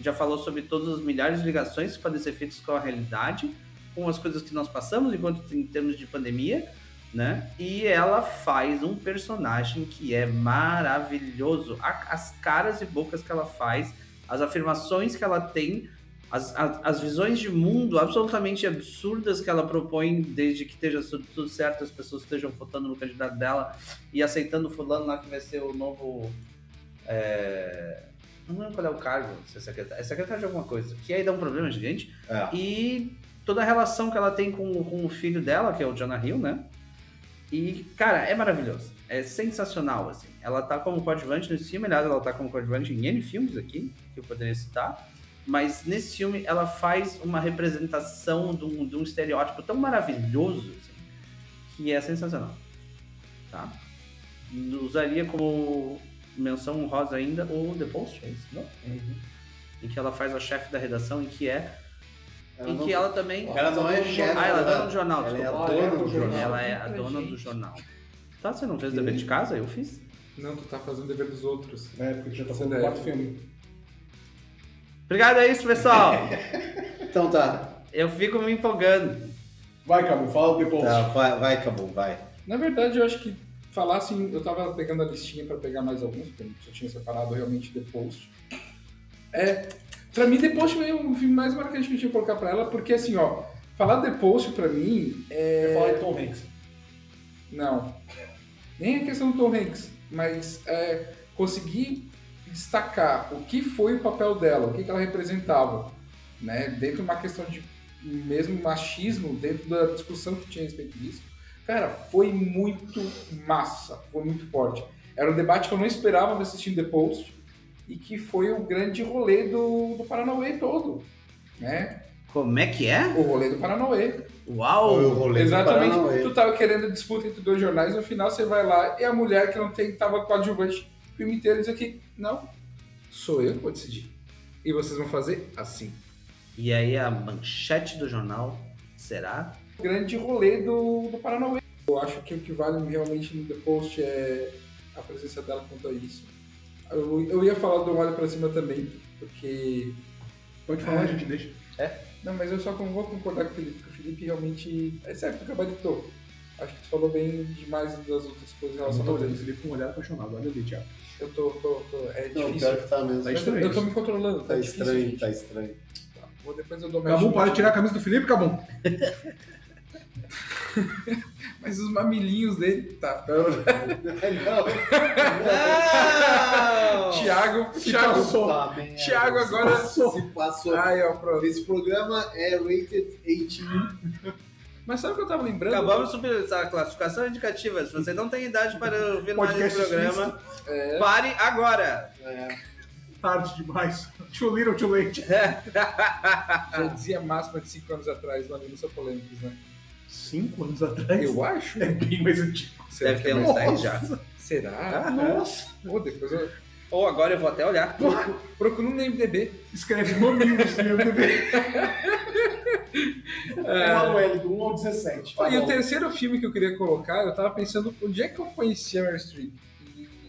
S5: já falou sobre todas as milhares de ligações que podem ser feitas com a realidade, com as coisas que nós passamos enquanto em termos de pandemia, né? E ela faz um personagem que é maravilhoso. A- As caras e bocas que ela faz as afirmações que ela tem, as, a- as visões de mundo absolutamente absurdas que ela propõe, desde que esteja su- tudo certo, as pessoas estejam votando no candidato dela e aceitando o fulano lá que vai ser o novo. é, Não lembro qual é o cargo, se é secretário. É secretário de alguma coisa, que aí dá um problema gigante.
S3: É.
S5: E toda a relação que ela tem com, com o filho dela, que é o Jonah Hill, né? E, cara, é maravilhoso. É sensacional, assim. Ela tá como coadjuvante nesse filme, aliás, ela tá como coadjuvante em N filmes aqui, que eu poderia citar. Mas nesse filme ela faz uma representação de um, de um estereótipo tão maravilhoso, assim, que é sensacional. Tá? Usaria como menção honrosa ainda o The Post, é isso, não? Em que ela faz a chefe da redação e que é
S3: Ela
S5: em
S3: não-
S5: que ela também.
S3: Ela não é chefe.
S5: Ah, ela é dona do jornal,
S3: Ela é a
S5: desculpa.
S3: dona
S6: Ela é
S3: do jornal.
S5: Ela é a
S7: Pra
S5: dona do
S7: gente.
S5: jornal. Tá, você não fez o dever de casa? Eu fiz.
S1: Não, tu tá fazendo dever dos outros.
S6: É, porque já tá
S1: Você
S6: fazendo
S1: deve.
S6: quarto filme.
S5: Obrigado, é isso, pessoal.
S3: Então tá.
S5: Eu fico me empolgando.
S6: Vai, Cabo, fala depois.
S3: Tá, vai, vai, acabou, vai.
S1: Na verdade, eu acho que falar assim, eu tava pegando a listinha pra pegar mais alguns, porque eu só tinha separado realmente The Post. É, pra mim, The Post foi um filme mais marcante que eu tinha que colocar pra ela, porque assim, ó, falar The Post pra mim é.
S6: Eu falo de Tom Hanks.
S1: Não. Nem a questão do Tom Hanks, mas é, conseguir destacar o que foi o papel dela, o que, que ela representava, né? Dentro de uma questão de mesmo machismo, dentro da discussão que tinha a respeito disso, cara, foi muito massa, foi muito forte. Era um debate que eu não esperava assistindo The Post e que foi o grande rolê do, do Paranauê todo, né?
S5: Como é que é?
S1: O rolê do Paranauê.
S3: Foi o
S5: Uau!
S3: rolê do
S1: Exatamente.
S3: Paranauê.
S1: Tu tava querendo disputa entre dois jornais, no final você vai lá e a mulher que não tem, tava coadjuvante o filme inteiro diz aqui, não, sou eu que vou decidir. E vocês vão fazer assim.
S5: E aí a manchete do jornal será?
S1: O grande rolê do, do Paranauê. Eu acho que o que vale realmente no The Post é a presença dela quanto a isso. Eu, eu ia falar do Olho Pra Cima também, porque...
S4: Pode falar, a gente deixa.
S1: Não, mas eu só con- vou concordar com o Felipe, porque o Felipe realmente... É certo, tu gabaritou. Acho que tu falou bem demais das outras coisas em
S4: Eu
S1: relação
S4: só tô
S1: ao
S4: olhando ele com um olhar apaixonado. Olha ali, Thiago.
S1: Eu tô, tô, tô. É
S3: Não,
S1: difícil.
S3: pior que tá mesmo.
S4: Tá
S1: Eu tô-
S4: estranho
S1: eu tô
S4: isso.
S1: me controlando, tá,
S3: Tá
S1: difícil,
S3: estranho,
S1: gente.
S3: tá estranho.
S1: Vou depois eu dou um. meu
S4: Cabum,
S1: chute.
S4: para de tirar a camisa do Felipe, Cabum.
S1: Mas os mamilinhos dele, tá. pera-
S5: Não!
S1: Thiago,
S3: Se
S1: Thiago,
S3: passou. Tá, merda.
S1: Thiago agora-
S3: Se passou.
S1: Ai, ó, pronto.
S3: Esse programa é rated 18.
S1: Mas sabe o que eu tava lembrando?
S5: Acabamos de subir essa classificação indicativa. Se você não tem idade para ouvir mais esse
S4: Podcast é
S5: programa, pare agora!
S4: Tarde demais. Too little, too late.
S1: Já Ah, dizia máxima de 5 anos atrás, lá no Minussa Polêmicos, né?
S4: Cinco anos atrás.
S1: Eu acho.
S4: É bem mais antigo.
S1: Será
S5: Deve
S1: que
S5: ter um-
S1: é
S5: uns
S1: mais-
S5: 10 já.
S1: Será?
S4: Nossa.
S1: Pô, depois eu...
S5: Ou agora eu vou até olhar.
S1: Procura no MDB.
S4: Escreve mamilos no MDB.
S6: É lá o L, do 1 ao 17.
S1: e o terceiro filme que eu queria colocar, eu tava pensando onde é que eu conheci a Meryl Streep.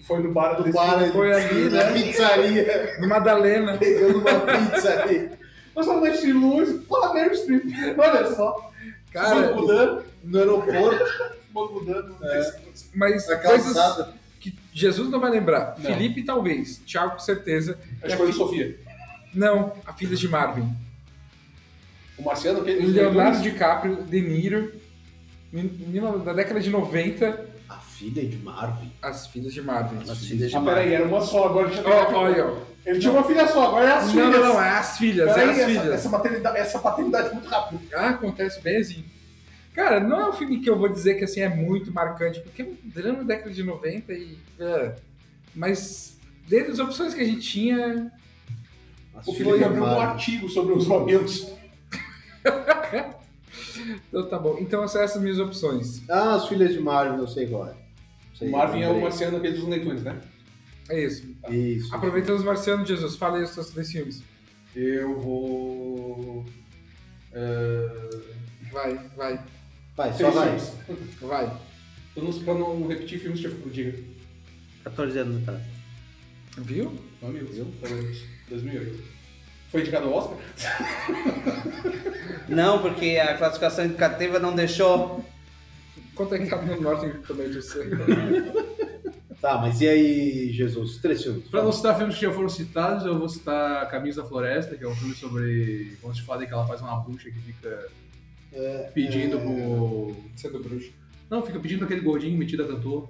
S6: Foi no bar do bar.
S3: Para
S1: Foi
S3: de
S1: ali, né?
S3: na pizzaria,
S1: No Madalena.
S3: pegando uma pizza ali.
S6: Mas somente de luz, pô, Meryl Streep. Olha só.
S1: Cara,
S6: Só mudando,
S3: No aeroporto,
S6: só mudando.
S1: mas
S3: na
S1: coisas
S3: calçada.
S1: que Jesus não vai lembrar.
S6: Não.
S1: Felipe talvez. Thiago com certeza.
S6: A escolha de Sofia.
S1: Não, a filha de Marvin.
S6: O Marciano, que
S1: O Leonardo DiCaprio, De Niro, men- menino da década de 90,
S3: A filha é de Marvin.
S1: as filhas de Marvin.
S6: Ah, peraí, era uma só agora. já tem-
S1: Ó, olha, ó.
S6: Ele tinha uma filha só, agora é a sua.
S1: Não, não, não, é as filhas, é as
S6: Peraí, essa,
S1: filhas.
S6: essa, maternidade, essa paternidade é muito rápida.
S1: Ah, acontece bem assim. Cara, não é um filme que eu vou dizer que assim é muito marcante, porque é um drama da década de 90 e. é. Mas dentre as opções que a gente tinha.
S3: As
S6: O
S3: filhas
S6: Felipe
S3: de
S6: abriu um
S3: Marvin.
S6: artigo sobre os mamilos.
S1: Então tá bom. Então são essas minhas opções.
S3: Ah, as filhas de Marvin, eu sei qual é. Sei,
S6: O Marvin é o
S3: lembrei.
S6: Marciano que eles usam leituras, né?
S1: É isso.
S3: Isso.
S4: Ah,
S1: Aproveitando os Marcianos, Jesus, fala aí os seus três filmes.
S6: Eu vou.
S1: Vai, vai,
S3: Vai, só
S6: Três
S3: vai.
S6: filmes.
S1: vai.
S6: Eu não, pra não repetir filmes que eu fico diga.
S5: 14 anos atrás.
S1: Viu?
S6: Meu amigo, eu? 2008. Foi indicado ao Oscar?
S5: Não, porque a classificação indicativa não deixou.
S1: Quanto é que tá no Norte também de você?
S3: Tá, mas e aí, Jesus? Três filmes.
S4: Pra
S3: fala.
S4: não citar filmes que já foram citados, eu vou citar Caminhos da Floresta, que é um filme sobre. Vamos te falar de que ela faz uma bruxa que fica
S3: É,
S4: pedindo pro.
S1: Sendo bruxo.
S4: Não, fica pedindo pra aquele gordinho metido a cantor.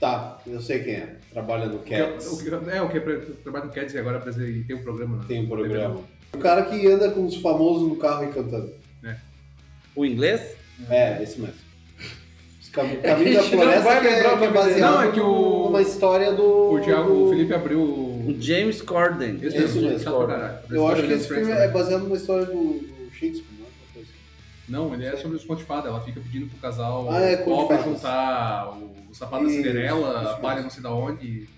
S3: Tá, eu sei quem é. Trabalha no
S4: Que é,
S3: Cats.
S4: o, que- é, o que é pra, trabalha no Cats e agora é pra dizer- e tem um programa, né?
S3: Tem um programa. O cara que anda com os famosos no carro e cantando.
S5: O inglês?
S3: É, esse mesmo. Os Cam-
S1: a gente
S3: Caminho da
S1: não
S3: Floresta
S1: vai
S3: que
S1: lembrar
S3: é,
S1: o
S3: que é
S1: nome dele.
S3: baseado
S4: Não, é que o-
S3: numa história do...
S4: O Thiago, o
S3: do-
S4: Felipe abriu.
S5: O James Corden.
S4: Esse
S3: Esse
S4: mesmo,
S3: mesmo.
S4: chato pra caralho.
S3: Eu acho que
S4: James
S3: esse filme
S4: Franco, né?
S3: é baseado numa história do, do Shakespeare, não é? Uma coisa assim.
S4: Não, ele é sobre os contos de fada. Ela fica pedindo pro casal
S3: Ah, é, conto de
S4: pobre
S3: fadas.
S4: juntar o, o sapato da
S3: Isso,
S4: Cinderela,
S3: isso
S4: a palha
S3: mesmo.
S4: não sei é da onde.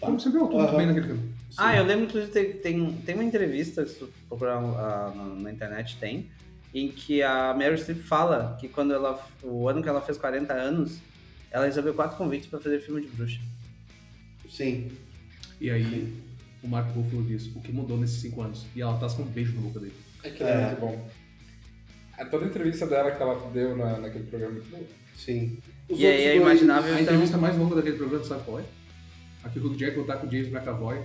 S3: Tá.
S4: Como você viu tudo
S3: Aham.
S4: bem naquele filme.
S5: Ah, eu lembro, inclusive, tem, tem, tem uma entrevista, se tu procurar ah, na, na internet, tem, em que a Meryl Streep fala que quando ela, o ano que ela fez 40 anos, ela recebeu quatro convites pra fazer filme de bruxa.
S3: Sim.
S4: E aí, o Mark Ruffalo diz, o que mudou nesses cinco anos? E ela tá com um beijo na boca dele.
S1: É que ele é muito bom. É toda a entrevista dela que ela deu na, naquele programa.
S3: Sim. Os
S5: e aí
S3: outros
S5: é
S3: dois-
S5: imaginável,
S4: A
S5: então...
S4: entrevista mais longa daquele programa, sabe qual é? Aquilo do Jack lutar com o James McAvoy.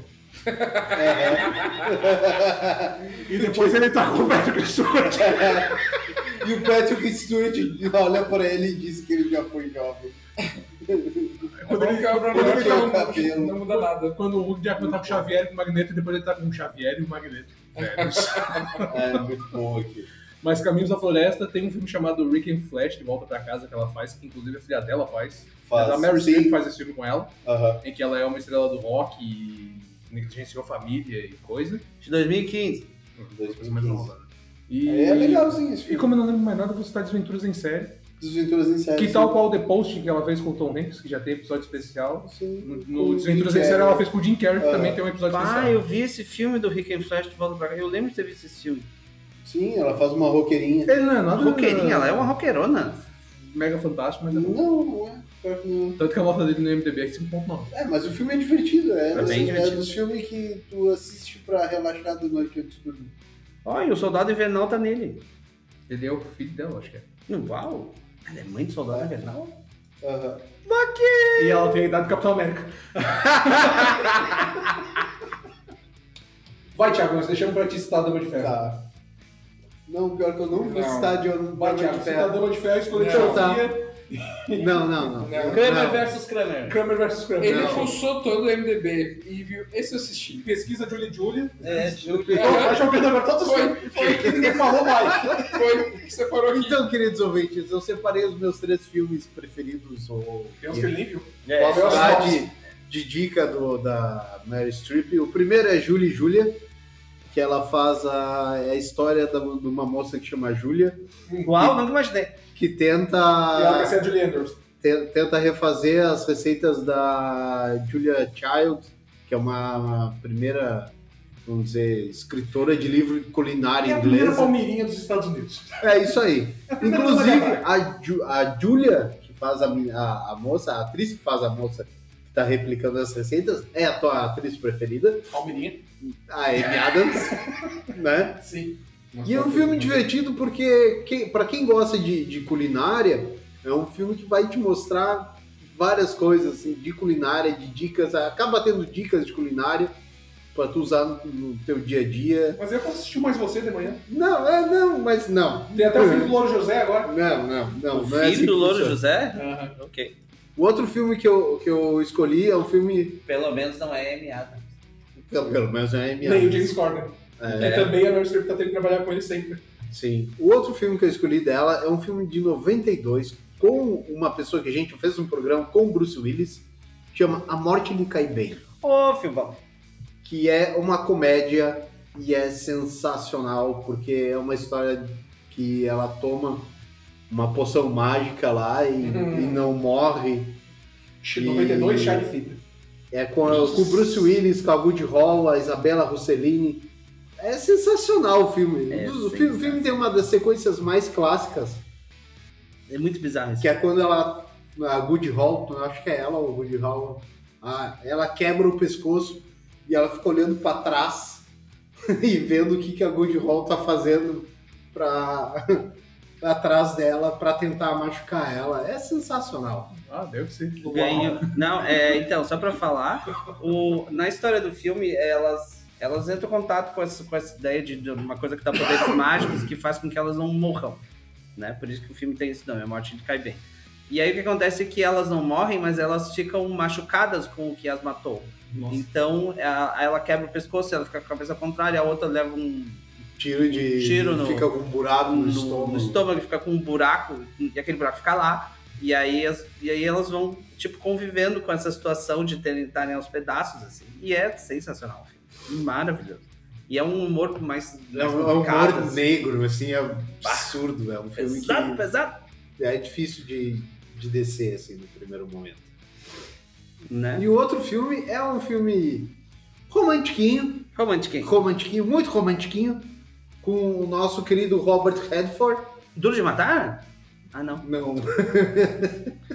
S3: É.
S4: E depois ele tá com o Patrick Stewart.
S3: e o Patrick Stewart olha pra ele e diz que ele já foi jovem.
S4: Quando ele-
S3: quando ele
S1: é não,
S3: tá com cabelo.
S1: não muda nada.
S4: Quando o Jack tá com o Xavier e com o Magneto, e depois ele tá com o Xavier e o Magneto. Velhos.
S3: É, muito bom aqui.
S4: Mas Caminhos da Floresta tem um filme chamado Rick and Flash, de volta pra casa, que ela faz, que inclusive a filha dela faz.
S3: Faz.
S4: A Mary
S3: Sim.
S4: Streep faz esse filme com ela,
S3: Aham.
S4: em que ela é uma estrela do rock e negligenciou família e coisa.
S5: De 2015.
S4: Uma coisa mais nova, né? E...
S3: Aí É legalzinho esse
S4: E
S3: filme.
S4: como eu não lembro mais nada, eu vou citar Desventuras em Série.
S3: Desventuras em série.
S4: Que tal qual The Post que ela fez com o Tom Hanks, que já tem episódio especial.
S3: Sim.
S4: No,
S3: Com
S4: no
S3: o
S4: Desventuras
S3: Jim
S4: em Série ela
S3: Carrey.
S4: fez com o Jim Carrey, que
S3: Ah.
S4: também tem um episódio
S5: Ah,
S4: especial.
S5: eu vi esse filme do Rick and Flash de volta pra cá. Eu lembro de ter visto esse filme.
S3: Sim, ela faz uma roqueirinha.
S4: Ele não é nada...
S5: Roqueirinha, ela é uma roqueirona.
S4: Mega fantástico, mas é bom.
S3: Não, não é. Pior que não.
S4: Tanto que a nota dele no MDB é 5.9.
S3: É, mas o filme é divertido. É,
S5: É bem
S3: é
S5: divertido.
S3: dos filmes que tu assiste pra relaxar de noite antes de dormir.
S5: Olha, e o soldado invernal tá nele.
S4: Ele é o filho dela, acho que é.
S5: Uau! Ela é mãe do soldado invernal?
S3: Aham.
S4: E ela tem a idade do Capitão América.
S6: Vai, Thiago, nós deixamos pra te citar a Dama de
S4: É.
S6: Ferro.
S3: Tá. Não, pior que eu não vou
S1: Não.
S3: citar de Dama
S6: Vai, Thiago,
S3: de
S6: cita a
S3: Ferro.
S6: Dama de Ferro, escolha de
S3: Não.
S6: Sofia,
S3: Não, não, não.
S1: Não.
S5: Kramer
S3: Não.
S5: versus Kramer.
S6: Kramer vs Kramer.
S1: Ele
S3: Não.
S1: fuçou todo o MDB e viu. Esse eu assisti.
S6: Pesquisa Julie Julia.
S5: É, Júlio.
S3: Então, Acho que eu agora todos os
S1: Foi,
S3: filmes
S1: foi,
S3: que ninguém falou mais.
S1: foi. que Você parou aqui.
S3: Então, queridos ouvintes, eu separei os meus três filmes preferidos ou
S6: Deus que ele nem viu.
S3: com a
S5: É.
S3: verdade de dica do, da Mary Streep. O primeiro é Julie e Julia, que ela faz a, é a história da- de uma moça que chama Julia,
S5: Uau, nunca imaginei.
S3: que
S6: E ela quer
S3: tenta,
S6: ser a Julie Andrews.
S3: te- tenta refazer as receitas da Julia Child, que é uma, uma primeira, vamos dizer, escritora de livro culinária
S6: É a primeira
S3: inglesa.
S6: palmeirinha dos Estados Unidos.
S3: É isso aí. Inclusive,
S6: Não
S3: a, Ju, a Julia, que faz a, mi- a, a moça, a atriz que faz a moça que tá replicando as receitas, é a tua atriz preferida,
S6: Palmeirinha?
S3: a Amy Adams, né?
S6: Sim.
S3: E é um filme divertido porque, quem, para quem gosta de, de culinária, é um filme que vai te mostrar várias coisas assim, de culinária, de dicas, acaba tendo dicas de culinária para tu usar no, no teu dia a dia.
S6: Mas eu posso assistir mais você de manhã.
S3: Não, é, não, mas não.
S6: Tem até o filho do Louro José agora.
S3: Não, não, não.
S5: O
S3: não é assim
S5: filho
S3: que
S5: do Louro
S3: funciona.
S5: José? Ok.
S3: O outro filme que eu, que eu escolhi é um filme.
S5: Pelo menos não é emiada.
S3: Pelo, pelo menos é minha.
S6: Nem o James Corden.
S3: É,
S6: Que também a Meryl Streep tá tendo que trabalhar com ele sempre.
S3: sim. O outro filme que eu escolhi dela é um filme de 92 com uma pessoa que a gente fez um programa com o Bruce Willis, chama A Morte lhe Cai Bem,
S5: Ô, Filbão.
S3: que é uma comédia e é sensacional porque é uma história que ela toma uma poção mágica lá e,
S6: Hum.
S3: e não morre.
S6: Em 92, chá de fita.
S3: É com, a- com o Bruce Willis, com a Woody Hall, a Isabella Rossellini. É sensacional o filme.
S5: É
S3: Um dos- o, filme
S5: sensacional.
S3: o filme tem uma das sequências mais clássicas,
S5: É muito bizarro isso.
S3: que é quando ela. A Woody Hall, eu acho que é ela, ou Woody Hall, a- ela quebra o pescoço e ela fica olhando pra trás e vendo o que, que a Woody Hall tá fazendo pra, atrás dela pra tentar machucar ela. É sensacional.
S4: Ah, deve ser.
S5: Ganho. Não, é, então, só pra falar, o, na história do filme, elas, elas entram em contato com essa, com essa ideia de, de uma coisa que dá poderes mágicos que faz com que elas não morram. Né? Por isso que o filme tem esse nome, a morte de cai bem. E aí o que acontece é que elas não morrem, mas elas ficam machucadas com o que as matou.
S4: Nossa.
S5: Então a- ela quebra o pescoço, ela fica com a cabeça contrária, a outra leva um
S3: Tiro de.
S5: Tiro no-
S3: fica com um buraco no, estômago.
S5: no estômago, fica com um buraco, e aquele buraco fica lá. E aí, as- e aí elas vão, tipo, convivendo com essa situação de terem- estarem aos pedaços, assim. E é sensacional, o filme. maravilhoso. E é um humor mais,
S3: É
S5: mais
S3: um, é um
S5: complicado,
S3: humor
S5: assim.
S3: negro, assim, é absurdo. É um filme
S5: Pesado, pesado,
S3: que é difícil de, de descer, assim, no primeiro momento.
S5: né?
S3: E o outro filme é um filme romantiquinho,
S5: Romantiquinho.
S3: romantiquinho, muito romantiquinho, com o nosso querido Robert Redford.
S5: Duro de matar? Ah, não.
S3: Não,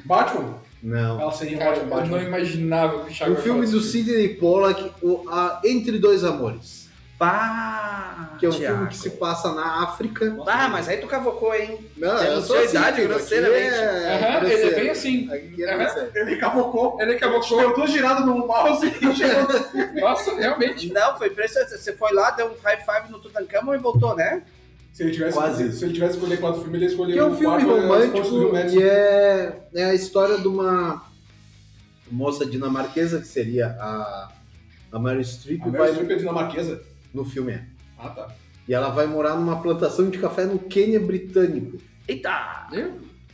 S4: Batman?
S3: não.
S4: Ela seria
S1: Cara,
S4: um
S1: eu não
S4: Batman.
S1: imaginava que o Thiago
S3: O
S1: ia
S3: filme
S1: falar
S3: do
S1: desse
S3: Sidney Pollack, o, a Entre Dois Amores,
S5: Pá!
S3: que é um
S5: Thiago.
S3: filme que se passa na África.
S5: Ah, mas aí tu cavocou, hein?
S3: Não,
S5: Temos sua idade, né?
S3: cínico, aqui
S5: grosseiramente.
S3: é
S1: Aham, ele é
S3: grosseiro.
S1: bem assim.
S3: Aqui é
S1: Aham.
S3: grosseiro.
S4: Ele cavocou.
S1: Ele acabou
S4: Eu
S1: com.
S4: tô girado no mouse e chegou.
S1: Nossa, realmente.
S5: Não, foi impressionante. Você foi lá, deu um high five no Tutankhamon e voltou, né?
S4: Se ele tivesse,
S3: Quase.
S4: Se ele tivesse escolhido quatro filmes, ele escolheu
S3: Que é um filme
S4: quatro, é, As Costas do
S3: romântico
S4: Médici.
S3: e é, é a história de uma moça dinamarquesa, que seria a, a Mary Streep,
S4: A Meryl
S3: vai
S4: Streep é dinamarquesa.
S3: no filme. é.
S4: Ah, tá.
S3: E ela vai morar numa plantação de café no Quênia britânico.
S5: Eita!
S1: Eu?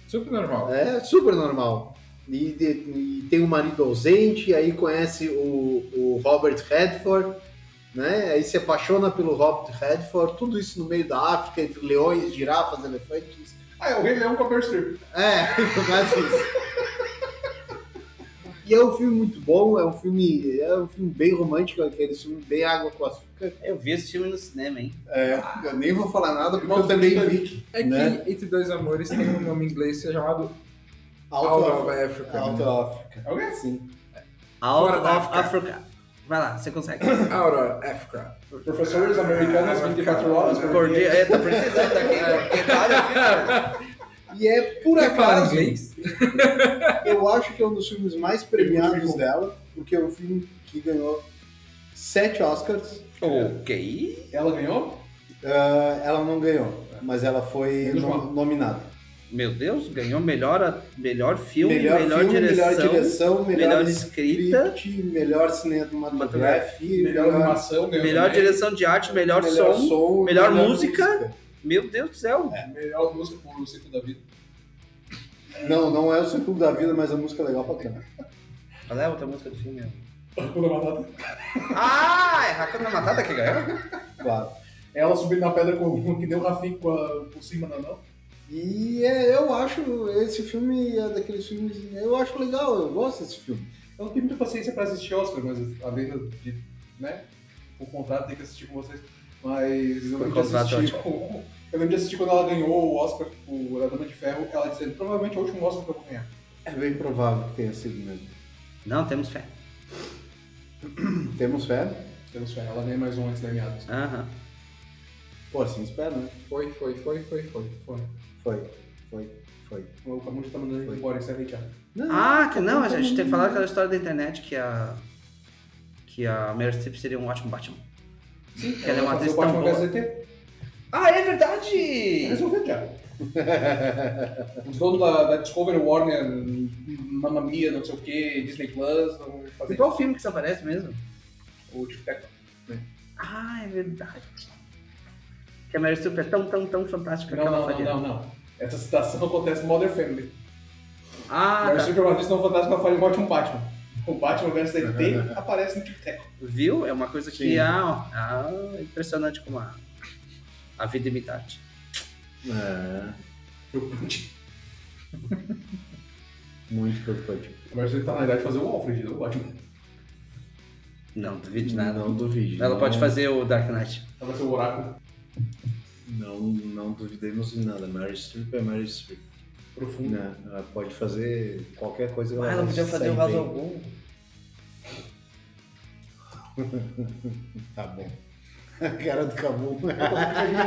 S1: Super normal.
S3: É super normal. E, de- e tem um marido ausente, aí conhece o, o Robert Redford, né? Aí se apaixona pelo Robert Redford, tudo isso no meio da África, entre leões, girafas, elefantes.
S4: Ah, é o Rei Leão com a Meryl Streep.
S3: É, quase isso. E é um filme muito bom, é um filme, é um filme bem romântico, aquele filme bem água com açúcar.
S5: Eu vi esse filme no cinema, hein?
S3: É, eu nem vou falar nada porque
S4: Irmão
S3: eu também
S4: do
S3: vi.
S1: É que
S3: Né?
S1: Entre Dois Amores tem um nome em inglês que é chamado Out
S3: Alto
S1: of
S3: África.
S1: Africa.
S3: Alto
S1: né?
S3: África.
S4: Alguém assim.
S5: Out
S1: Fora
S5: of
S1: da África.
S5: Africa. Vai lá, você consegue.
S1: Out of Africa.
S4: Professores americanos, 24 horas.
S5: Cordia, é, tá precisando daqui. né? Porque tá olha, filho,
S3: E é por
S1: Quer falar
S3: acaso,
S1: inglês?
S3: eu acho que é um dos filmes mais premiados dela, porque é um filme que ganhou sete Oscars.
S5: né? Ok.
S4: Ela ganhou?
S3: Ah, ela não ganhou, mas ela foi
S4: Menos
S3: nom-
S4: mal.
S3: nominada.
S5: Meu Deus, ganhou melhor, a- melhor filme, melhor,
S3: melhor, filme,
S5: direção,
S3: melhor direção, melhor,
S5: melhor escrita.
S3: script, melhor cinematografia,
S4: Melhor animação, ganhou.
S5: melhor
S4: também.
S5: direção de arte, melhor, som.
S3: som,
S5: melhor música. Meu Deus do céu.
S4: É, Melhor música por Ciclo da Vida.
S3: Não, não é o Círculo da Vida, mas a música é legal pra caramba.
S5: Qual é a outra música do filme?
S4: Hakuna Matata.
S5: Ah, é Hakuna Matata que ganhou?
S3: Claro.
S4: Ela subindo na pedra com o que deu o Rafinha com a- por cima da mão.
S3: E é, eu acho, esse filme é daqueles filmes, eu acho legal, eu gosto desse filme.
S4: Eu não tenho muita paciência pra assistir Oscar, mas além do- de, né, o contrato tem que assistir com vocês. Mas eu
S5: Por
S4: lembro, de
S5: contrato,
S4: assistir, com- eu lembro de assistir quando ela ganhou o Oscar por A Dama de Ferro, ela dizendo, provavelmente é o último Oscar que eu vou ganhar.
S3: É bem provável que tenha sido mesmo.
S5: Não, temos fé.
S3: Temos fé?
S4: Temos fé, ela ganha mais um antes da meados.
S5: Aham.
S3: Pô, assim espera, né?
S1: Foi, foi, foi, foi, foi.
S4: Foi.
S3: Foi, foi, foi.
S4: O Camujo tá mandando ele
S3: Foi.
S4: embora, isso é hateado.
S3: Não,
S5: Ah, que não, a
S3: tá
S5: gente tem
S3: bom.
S5: falado aquela história da internet que a. Que a Meryl Streep seria um ótimo Batman.
S4: Sim,
S5: ela é uma atriz
S4: o
S5: tão
S4: Batman
S5: boa.
S4: vs ET.
S5: Ah, é verdade!
S4: Resolveu já. Os donos da, da Discovery Warner, Mamma Mia, não sei o que, Disney Plus, vão
S5: E
S4: fazer
S5: qual filme que isso aparece mesmo?
S4: o Tic Tac.
S5: Ah, é verdade. Que a Meryl Streep é tão, tão, tão fantástica
S4: Não,
S5: que ela
S4: não, não,
S5: faria.
S4: não, não. Essa citação acontece no Modern Family.
S5: Ah,
S4: Meryl
S5: tá.
S4: Streep é uma atriz tão fantástica que ela faria um ótimo Batman. O Batman vs ET aparece no Tic Tac.
S5: Viu? É uma coisa que
S3: Sim.
S5: ah, ah, impressionante como a, a vida imita a arte.
S3: É,
S4: A
S3: muito preocupante.
S4: Meryl Streep tá na idade de fazer o Alfred, não o Batman.
S5: Não, duvido de nada.
S3: Não duvide.
S5: Ela
S3: não-
S5: pode fazer o Dark Knight.
S4: Ela vai ser o Oráculo
S3: Não, não duvidemos de nada. Mary Streep é Mary Streep.
S4: Profundo.
S3: Né? Ela pode fazer qualquer coisa.
S5: Ah, ela
S3: vai
S5: podia fazer
S3: sair
S5: o
S3: bem.
S5: Razal Gul.
S3: Tá bom. A cara do Cabu.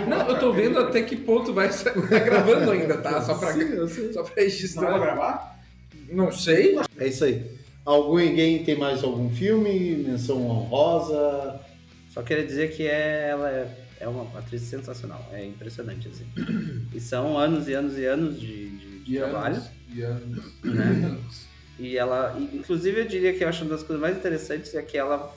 S1: Não, eu tô vendo até que ponto vai ser. Tá gravando ainda, tá? Só pra,
S3: Sim, eu sei.
S1: só pra
S4: Não vai
S1: registrar.
S4: gravar?
S1: Não sei.
S3: É isso aí. Algum alguém tem mais algum filme? Menção honrosa?
S5: Só queria dizer que é, ela é, é uma atriz sensacional. É impressionante, assim. E são anos e anos e anos de, de- de trabalho.
S4: E anos.
S5: Né? E ela, e, inclusive, eu diria que eu acho uma das coisas mais interessantes é que ela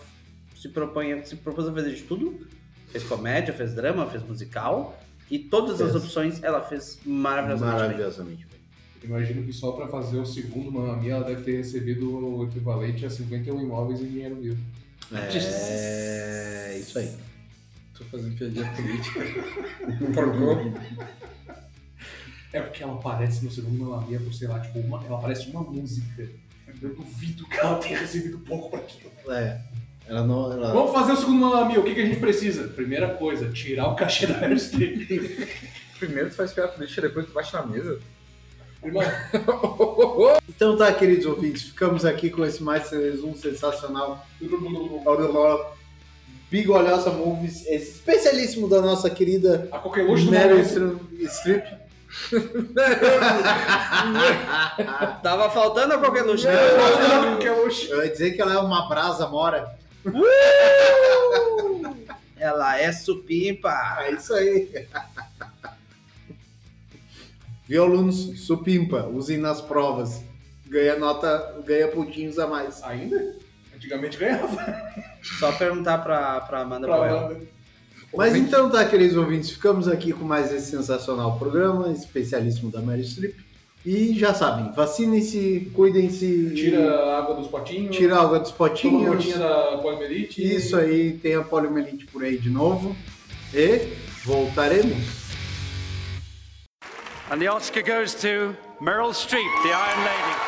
S5: se propõe, se propôs a fazer de tudo. Fez comédia, fez drama, fez musical. E todas as
S3: Fez.
S5: opções ela fez maravilhosamente bem.
S3: Maravilhosamente bem.
S4: Imagino que só pra fazer o segundo Mamma Mia ela deve ter recebido o equivalente a 51 imóveis em dinheiro vivo.
S3: É isso aí.
S1: Tô fazendo piadinha política. Porco.
S4: É porque ela aparece no segundo Mamma Mia por, sei lá, tipo, uma, ela aparece uma música. Eu duvido que ela tenha recebido pouco pra aquilo.
S3: É, Ela não. Ela...
S4: Vamos fazer o segundo Mamma Mia, o que, que a gente precisa? Primeira coisa, tirar o cachê da Meryl Streep.
S1: Primeiro tu faz piada política, depois tu bate na mesa.
S4: Irmão,
S3: Então tá, queridos ouvintes, ficamos aqui com esse mais um sensacional Bigolhosa Movies, esse especialíssimo da nossa querida
S4: a qualquer luxo do
S3: Meryl
S4: momento.
S3: Streep- Streep.
S5: Tava faltando a qualquer luxo.
S3: Eu ia dizer que ela é uma brasa mora.
S5: Ela é supimpa.
S3: É isso aí. Viu, alunos? Supimpa, usem nas provas. Ganha nota, ganha pontinhos a mais.
S4: Ainda? Antigamente ganhava.
S5: Só perguntar pra, pra Amanda é
S4: Pra
S5: Poel.
S4: lá, né?
S3: Mas então tá, queridos ouvintes, ficamos aqui com mais esse sensacional programa, especialíssimo da Mary Strip. E já sabem, vacinem-se, cuidem-se,
S4: Tira a água dos potinhos.
S3: tira a água dos
S4: Toma a
S3: potinhos.
S4: gotinha da poliomielite.
S3: Isso aí, tem a poliomielite por aí de novo. E voltaremos.
S7: And the Oscar goes to Meryl Streep, the Iron Lady.